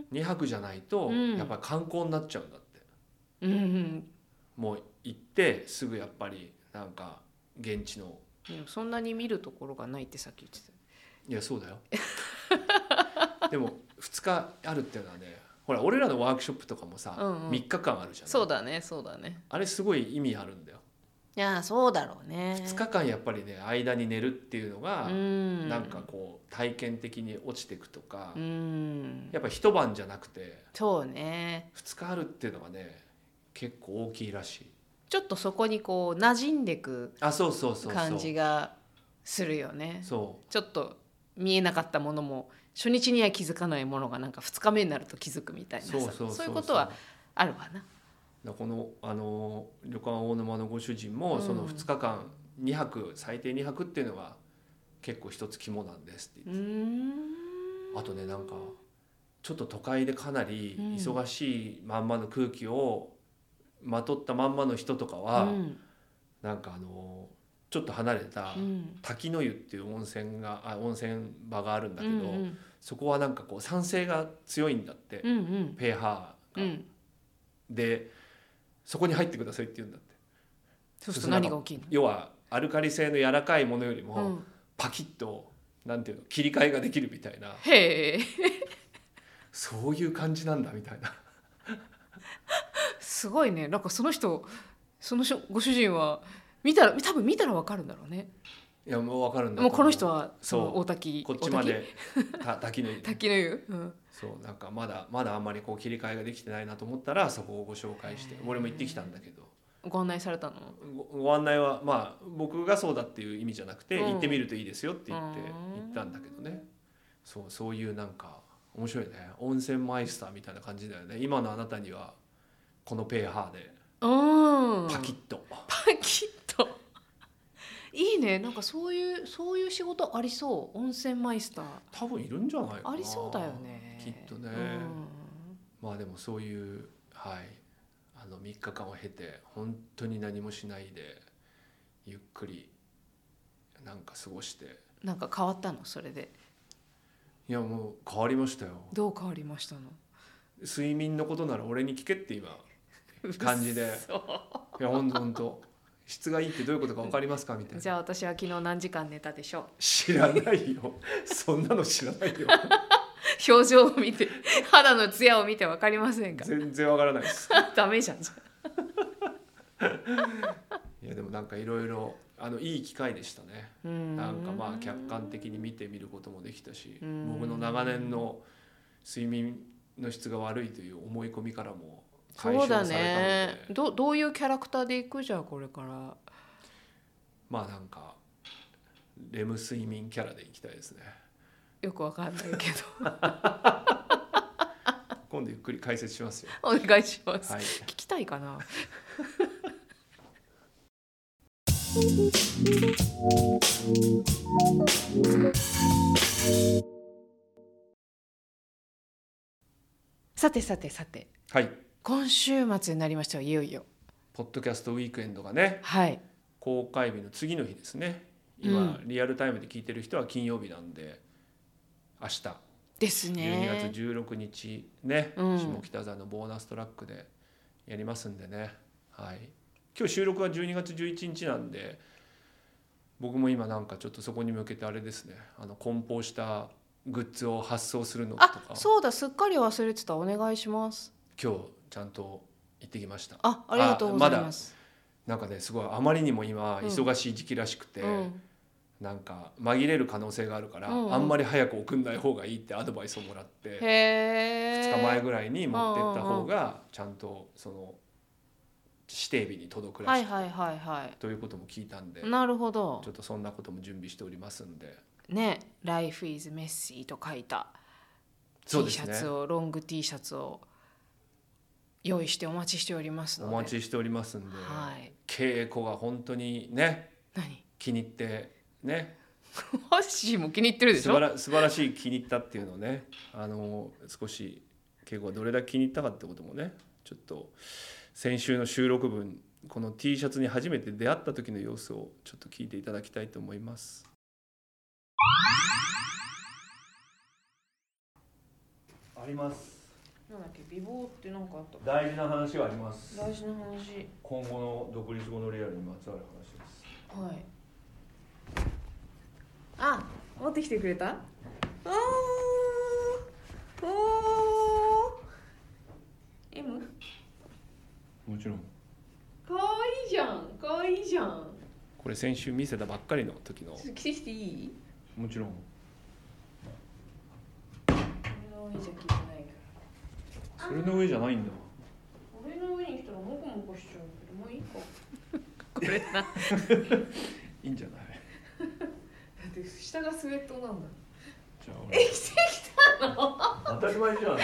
Speaker 2: ん
Speaker 3: 2泊じゃないと
Speaker 2: うん
Speaker 3: やっぱり観光になっちゃうんだって、
Speaker 2: うんうん
Speaker 3: もう行ってすぐやっぱりなんか現地 の
Speaker 2: でもそんなに見るところがないってさっき言ってた
Speaker 3: いやそうだよ でも2日あるっていうのはねほら俺らのワークショップとかもさ、
Speaker 2: うんうん
Speaker 3: 3日間あるじゃん
Speaker 2: そうだねそうだね
Speaker 3: あれすごい意味あるんだよ、
Speaker 2: いやそうだろうね
Speaker 3: 2日間やっぱりね間に寝るっていうのが、
Speaker 2: うん
Speaker 3: なんかこう体験的に落ちていくとか、
Speaker 2: うん
Speaker 3: やっぱ一晩じゃなくて
Speaker 2: そうね
Speaker 3: 2日あるっていうのがね結構大きいらしい
Speaker 2: ちょっとそこにこう馴染んでく
Speaker 3: あそうそうそうそう
Speaker 2: 感じがするよね
Speaker 3: そ
Speaker 2: ちょっと見えなかったものも初日には気づかないものがなんか2日目になると気づくみた
Speaker 3: う
Speaker 2: いなさ
Speaker 3: そうそうそう
Speaker 2: そういうことはあるわな。
Speaker 3: だからこのあの旅館大沼のご主人
Speaker 2: う
Speaker 3: も
Speaker 2: ん
Speaker 3: その2日間2泊最低2泊っていうのが結構一つ肝なんですって
Speaker 2: う
Speaker 3: 言って
Speaker 2: ーん
Speaker 3: あとねなんかちょっと都会でかなり
Speaker 2: うん
Speaker 3: 忙しいまんまの空気をまとったまんまの人とかは、
Speaker 2: うん
Speaker 3: なんかあのちょっと離れた
Speaker 2: うん
Speaker 3: 滝の湯っていう温泉があ温泉場があるんだけど、
Speaker 2: うん
Speaker 3: そこはなんかこう酸性が強いんだって、
Speaker 2: うんうん
Speaker 3: ペーハーが。
Speaker 2: うん
Speaker 3: でそこに入ってくださいって言うんだって。
Speaker 2: そうすると何が起きる
Speaker 3: 要はアルカリ性の柔らかいものより
Speaker 2: の、う
Speaker 3: も
Speaker 2: ん、
Speaker 3: パキッと、なんていうの切り替えができるみたいな
Speaker 2: へえ
Speaker 3: そういう感じなんだみたいな
Speaker 2: すごいねなんかその人そのしょご主人は見たら多分見たらわかるんだろうね。
Speaker 3: いやもう分かるんだと
Speaker 2: もう
Speaker 3: 思
Speaker 2: この人はそ
Speaker 3: そう
Speaker 2: の大滝
Speaker 3: こっちまで た滝の湯
Speaker 2: 大滝滝の湯、うん、
Speaker 3: そうなんかまだまだあんまりこう切り替えができてないなと思ったらそこをご紹介して
Speaker 2: へー
Speaker 3: 俺も行ってきたんだけど
Speaker 2: ご案内されたの
Speaker 3: ごご案内はまあ僕がそうだっていう意味じゃなくて、
Speaker 2: うん
Speaker 3: 行ってみるといいですよって言って
Speaker 2: うん
Speaker 3: 行ったんだけどねそうそういうなんか面白いね温泉マイスターみたいな感じだよね今のあなたにはこのペーハーで
Speaker 2: うん
Speaker 3: パキッと、
Speaker 2: パキッといいねなんかそういうそういう仕事ありそう温泉マイスター
Speaker 3: 多分いるんじゃないかな
Speaker 2: ありそうだよね
Speaker 3: きっとね、まあでもそういうはいあの3日間を経て本当に何もしないでゆっくりなんか過ごして
Speaker 2: うん、なんか変わったのそれで
Speaker 3: いやもう変わりましたよ
Speaker 2: どう変わりましたの
Speaker 3: 睡眠のことなら俺に聞けって今 感じで
Speaker 2: 嘘
Speaker 3: いやほんとほんと質がいいってどういうことか分かりますかみたい
Speaker 2: じ
Speaker 3: な
Speaker 2: ゃあ私は昨日何時間寝たでしょ
Speaker 3: 知らないよそんなの知らないよ
Speaker 2: う表情を見て 肌のツヤを見て分かりませんか
Speaker 3: 全然わからないです
Speaker 2: ダメじゃんじゃあ
Speaker 3: いやでもなんかいろいろあのいい機会でしたね
Speaker 2: う
Speaker 3: なんかまあ客観的に見てみることもできたし
Speaker 2: うん
Speaker 3: 僕の長年の睡眠の質が悪いという思い込みからも解
Speaker 2: そ
Speaker 3: 消
Speaker 2: うだ
Speaker 3: されたので、
Speaker 2: ねどどういうキャラクターでいくじゃあこれから
Speaker 3: まあなんかレム睡眠キャラでいきたいですね
Speaker 2: よくわかんないけど
Speaker 3: 今度ゆっくり解説しますよ
Speaker 2: お願いします、
Speaker 3: はい
Speaker 2: 聞きたいかなさてさてさて
Speaker 3: はい
Speaker 2: 今週末になりましたよいよいよ
Speaker 3: ポッドキャストウィークエンドがね
Speaker 2: はい
Speaker 3: 公開日の次の日ですね
Speaker 2: う
Speaker 3: 今、リアルタイムで聞いてる人は金曜日なんで明日
Speaker 2: ですね
Speaker 3: 12月16日ね、
Speaker 2: うん
Speaker 3: 下北沢のボーナストラックでやりますんでね、はい、今日収録は12月11日なんで僕も今なんかちょっとそこに向けてあれですねあの梱包したグッズを発送するのとか
Speaker 2: あそうだすっかり忘れてたお願いします
Speaker 3: 今日ちゃんと行ってってきました
Speaker 2: あありがとうございます。
Speaker 3: なんかねすごいあまりにも今
Speaker 2: うん
Speaker 3: 忙しい時期らしくて、
Speaker 2: うん
Speaker 3: なんか紛れる可能性があるから、
Speaker 2: うんうん
Speaker 3: あんまり早く送んない方がいいってアドバイスをもらって
Speaker 2: へえ。
Speaker 3: 2日前ぐらいに持ってった方がちゃんとその指定日に届くら
Speaker 2: は
Speaker 3: しい、
Speaker 2: いはいはいは
Speaker 3: ということも聞いたんで
Speaker 2: い。なるほど
Speaker 3: ちょ。っとそんなことも準備しておりますんで
Speaker 2: ね、Life is messy と書いた
Speaker 3: そう
Speaker 2: T
Speaker 3: で
Speaker 2: シ
Speaker 3: す
Speaker 2: ャツ
Speaker 3: ね
Speaker 2: を、ロング T シャツを用意してお待ちしておりますの
Speaker 3: お
Speaker 2: で。
Speaker 3: 待ちしておりますんで、
Speaker 2: はい。
Speaker 3: 稽古が本当にね
Speaker 2: 何？
Speaker 3: 気に入ってね
Speaker 2: ハッシーも気に入ってるでし
Speaker 3: 素晴
Speaker 2: ょ。
Speaker 3: ら素晴らしい気に入ったっていうのをねあの少し稽古がどれだけ気に入ったかってこともねちょっと先週の収録分この T シャツに初めて出会った時の様子をちょっと聞いていただきたいと思います。あります
Speaker 2: なんだっけ、美貌ってなんかあった。
Speaker 3: 大事な話があります
Speaker 2: 大事な話。
Speaker 3: 今後の独立後のリアルにまつわる話です。
Speaker 2: はい。あ、持ってきてくれた。おお。おお。M。
Speaker 3: もちろん
Speaker 2: かわいいじゃん。かわいいじゃん。
Speaker 3: これ先週見せたばっかりの時の
Speaker 2: ちょっと着てきていい。
Speaker 3: もちろん
Speaker 2: 俺の上じゃ着てないから。
Speaker 3: それの上じゃないんだ
Speaker 2: 俺の上に来たらモコモコしちゃうけど、もういいか。
Speaker 3: いいんじゃない
Speaker 2: だって下がスウェットなんだ。
Speaker 3: じゃあ俺当たり前じゃんだから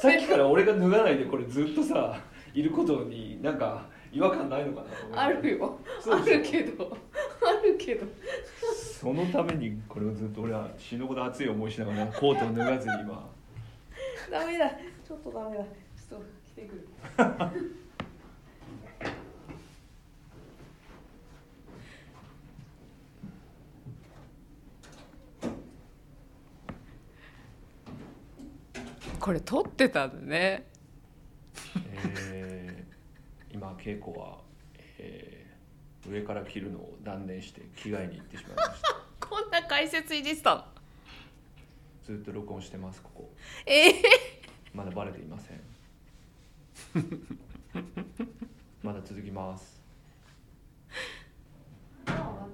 Speaker 3: さっきから俺が脱がないでこれずっとさいることになんか違和感ないのかなと思って
Speaker 2: あるよ。
Speaker 3: そ
Speaker 2: あ
Speaker 3: うでしょ
Speaker 2: るけど。 あるけど。
Speaker 3: そのためにこれをずっと俺は死ぬほど熱い思いしながらコートを脱がずに今
Speaker 2: ダメだ。ちょっとダメだ。ちょっと来てくる。 これ撮ってたんだね。
Speaker 3: えー今稽古は、えー上から着るのを断念して着替えに行ってしまいました
Speaker 2: こんな解説いじってたの。
Speaker 3: ずっと録音してますここ
Speaker 2: ええ
Speaker 3: まだバレていま せんまだ続きますあ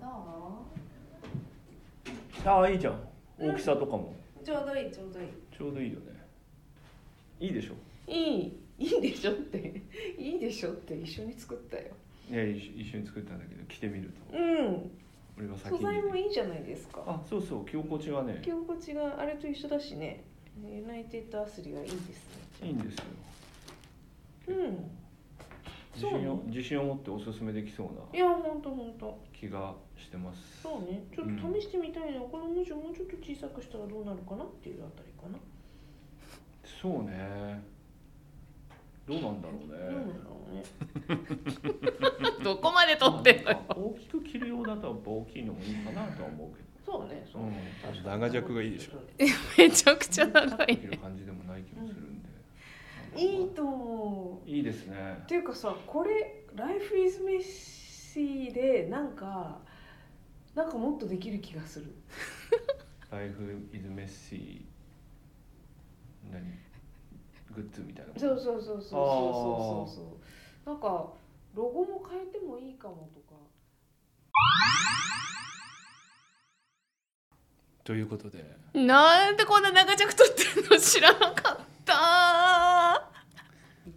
Speaker 3: あいいじゃん大きさとかも
Speaker 2: ちょうどいいちょうどいい。
Speaker 3: ちょうどいいよねいいでしょ
Speaker 2: いいいいでしょっていいでしょって一緒に作ったよ
Speaker 3: いや一緒一緒に作ったんだけど着てみると
Speaker 2: うん
Speaker 3: 俺は先
Speaker 2: 素
Speaker 3: に
Speaker 2: 材もいいじゃないですか
Speaker 3: あそうそう着心地がね
Speaker 2: 着心地があれと一緒だしねユナイテッドアスリがいいです
Speaker 3: いい
Speaker 2: ね
Speaker 3: んですよ
Speaker 2: うん
Speaker 3: 自信を自信を持っておすすめできそう
Speaker 2: い
Speaker 3: な
Speaker 2: やほんとほんと
Speaker 3: 気がしてます
Speaker 2: そうねちょっと試してみたいな、これもしもうちょっと小さくしたらどうなるかなっていうあたりかな、
Speaker 3: そうねどうなんだろう
Speaker 2: どうなん
Speaker 3: ね
Speaker 2: だろうねどこまで撮ってんのよ
Speaker 3: 大きく着るようだとやっぱ大きいのもいいかなとは思うけど
Speaker 2: そうねそうね、
Speaker 3: うん
Speaker 2: 確かに
Speaker 3: 長尺がいいでし
Speaker 2: めちゃくちゃ長
Speaker 3: で
Speaker 2: い
Speaker 3: きる感じでもない気もするんで。
Speaker 2: いいと思う
Speaker 3: いいですね
Speaker 2: っ。ていうかさこれ「Life is Messy」でなんかなんかもっとできる気がする
Speaker 3: ライフイズメッシー。何。グッズみたいな。
Speaker 2: そうそうそうそうそうそうそうそうなんかロゴも変えてもいいかもとか
Speaker 3: ということで。
Speaker 2: なんでこんな長尺取ってるの知らなかった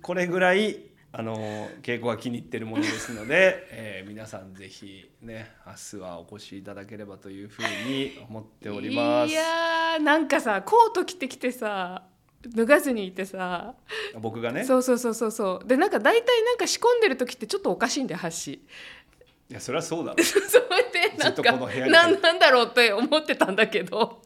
Speaker 3: これぐらい。あの稽古が気に入ってるものですので、 えー皆さんぜひね明日はお越しいただければというふうに思っております
Speaker 2: いやーなんかさコート着てきてさ脱がずにいてさ
Speaker 3: 僕がね
Speaker 2: そうそうそうそうそうでなんか大体なんか仕込んでる時ってちょっとおかしいんだよ箸
Speaker 3: いやそれはそうだろ
Speaker 2: それでなん
Speaker 3: ずっと
Speaker 2: か
Speaker 3: この部屋に
Speaker 2: ななんだろうって思ってたんだけど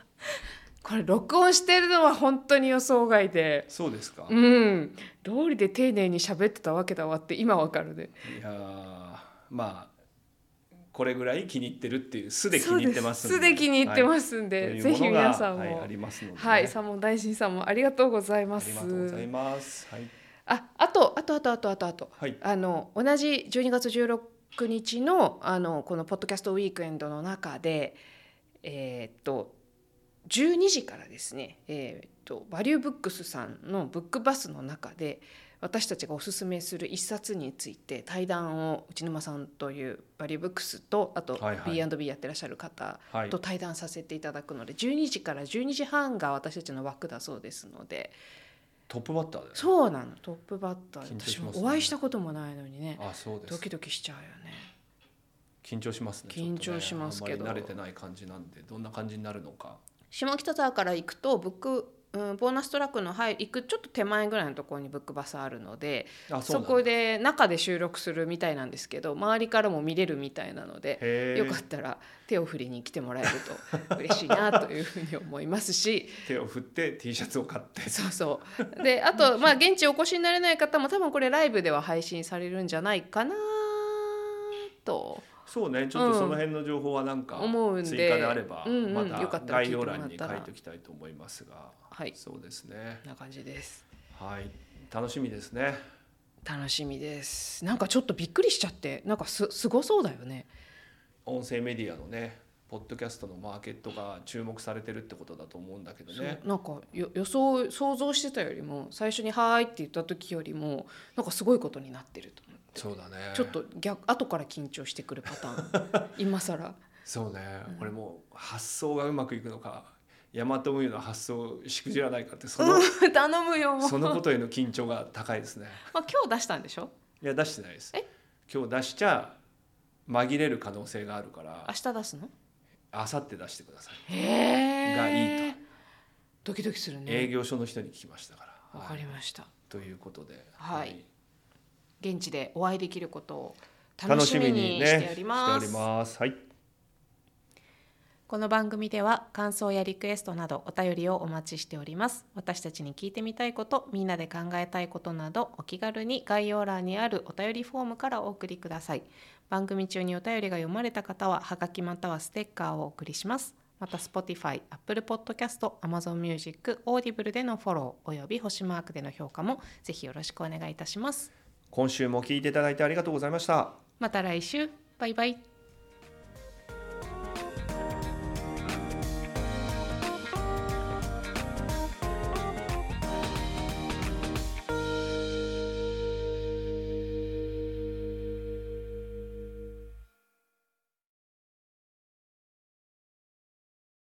Speaker 2: これ録音してるのは本当に予想外で
Speaker 3: そうですか、
Speaker 2: う
Speaker 3: い
Speaker 2: ん道理で丁寧に喋ってたわけだわって今わかるね
Speaker 3: やーまあこれぐらい気に入ってるっていう素で気に入ってますん
Speaker 2: そうです素で気に入って
Speaker 3: はい
Speaker 2: ますん
Speaker 3: と
Speaker 2: で、
Speaker 3: いう
Speaker 2: ぜ
Speaker 3: も
Speaker 2: ひ
Speaker 3: のが
Speaker 2: 皆さんも、
Speaker 3: はい、あ
Speaker 2: はい
Speaker 3: りますのでね、
Speaker 2: サモン大臣さんもありがとうございま
Speaker 3: あ
Speaker 2: す
Speaker 3: りがとうございます。はい。
Speaker 2: ああとあとあとあとあとあと
Speaker 3: はい。
Speaker 2: あの同じ12月16日のあのこのポッドキャストウィークエンドの中で、えーっと12時からですね、えーっとバリューブックスさんのブックバスの中で私たちがおすすめする一冊について対談を内沼さんというバリューブックスとあと
Speaker 3: はいはい
Speaker 2: B&B やってらっしゃる方
Speaker 3: はい
Speaker 2: と対談させていただくので12時から12時半が私たちの枠だそうですので
Speaker 3: トップバッターだよね
Speaker 2: そうなのトップバッター
Speaker 3: 緊張
Speaker 2: 私
Speaker 3: し
Speaker 2: も
Speaker 3: ますね
Speaker 2: お会いしたこともないのにね
Speaker 3: あそうです
Speaker 2: ドキドキしちゃうよね
Speaker 3: 緊張しますねちょっとね
Speaker 2: 緊張しますけど
Speaker 3: あんまり慣れてない感じなんでどんな感じになるのか
Speaker 2: 下北沢から行くとブック、うん、ボーナストラックの入行くちょっと手前ぐらいのところにブックバスあるので
Speaker 3: あ
Speaker 2: そう
Speaker 3: なんだ
Speaker 2: こで中で収録するみたいなんですけど周りからも見れるみたいなので
Speaker 3: へ
Speaker 2: よか
Speaker 3: ー
Speaker 2: ったら手を振りに来てもらえる と嬉しいなというふうに思いますし
Speaker 3: 手を振って T シャツを買って
Speaker 2: そうそうであとまあ現地お越しになれない方も多分これライブでは配信されるんじゃないかなと
Speaker 3: そうねちょっと
Speaker 2: う
Speaker 3: そ
Speaker 2: ん
Speaker 3: の辺の情報はなんか
Speaker 2: 思うんで
Speaker 3: 追加であれば
Speaker 2: うんうん
Speaker 3: ま
Speaker 2: よか
Speaker 3: た
Speaker 2: ったら聞
Speaker 3: 概
Speaker 2: いても
Speaker 3: 要
Speaker 2: らったら
Speaker 3: 欄に書いておきたいと思いますが
Speaker 2: はい
Speaker 3: そうですね
Speaker 2: こんな感じです。
Speaker 3: はい楽しみですね
Speaker 2: 楽しみですなんかちょっとびっくりしちゃってなんかすすごそうだよね
Speaker 3: 音声メディアのねポッドキャストのマーケットが注目されてるってことだと思うんだけどね
Speaker 2: そうなんかよ予想想像してたよりも最初に「はーい」って言った時よりもなんかすごいことになってると思って
Speaker 3: そうだね
Speaker 2: ちょっと逆後から緊張してくるパタ ーン今更
Speaker 3: そうね、俺もう発想がうまくいくのかヤマト運輸の発想しくじらないか ってその
Speaker 2: うん頼むよもう
Speaker 3: そのことへの緊張が高いですね
Speaker 2: まあ、今日出したんでしょ
Speaker 3: いや出してないです
Speaker 2: え
Speaker 3: 今日出しちゃ紛れる可能性があるから
Speaker 2: 明日出すの
Speaker 3: あさって出してください
Speaker 2: へえ
Speaker 3: がいい
Speaker 2: とドキドキする
Speaker 3: 営
Speaker 2: ね
Speaker 3: 業所の人に聞きましたからは
Speaker 2: わ
Speaker 3: い
Speaker 2: かりました
Speaker 3: ということで
Speaker 2: はい
Speaker 3: は
Speaker 2: 現地でお会いできることを楽
Speaker 3: 楽
Speaker 2: し
Speaker 3: し
Speaker 2: み
Speaker 3: み
Speaker 2: に
Speaker 3: にね
Speaker 2: しており
Speaker 3: して
Speaker 2: ま
Speaker 3: お
Speaker 2: す
Speaker 3: りますはい
Speaker 4: この番組では感想やリクエストなどお便りをお待ちしております私たちに聞いてみたいことみんなで考えたいことなどお気軽に概要欄にあるお便りフォームからお送りください番組中にお便りが読まれた方はハガキまたはステッカーをお送りしますまた Spotify、Apple Podcast、Amazon Music、Audible でのフォローおよび星マークでの評価もぜひよろしくお願いいたします
Speaker 3: 今週も聞いていただいてありがとうございました
Speaker 4: また来週バイバイ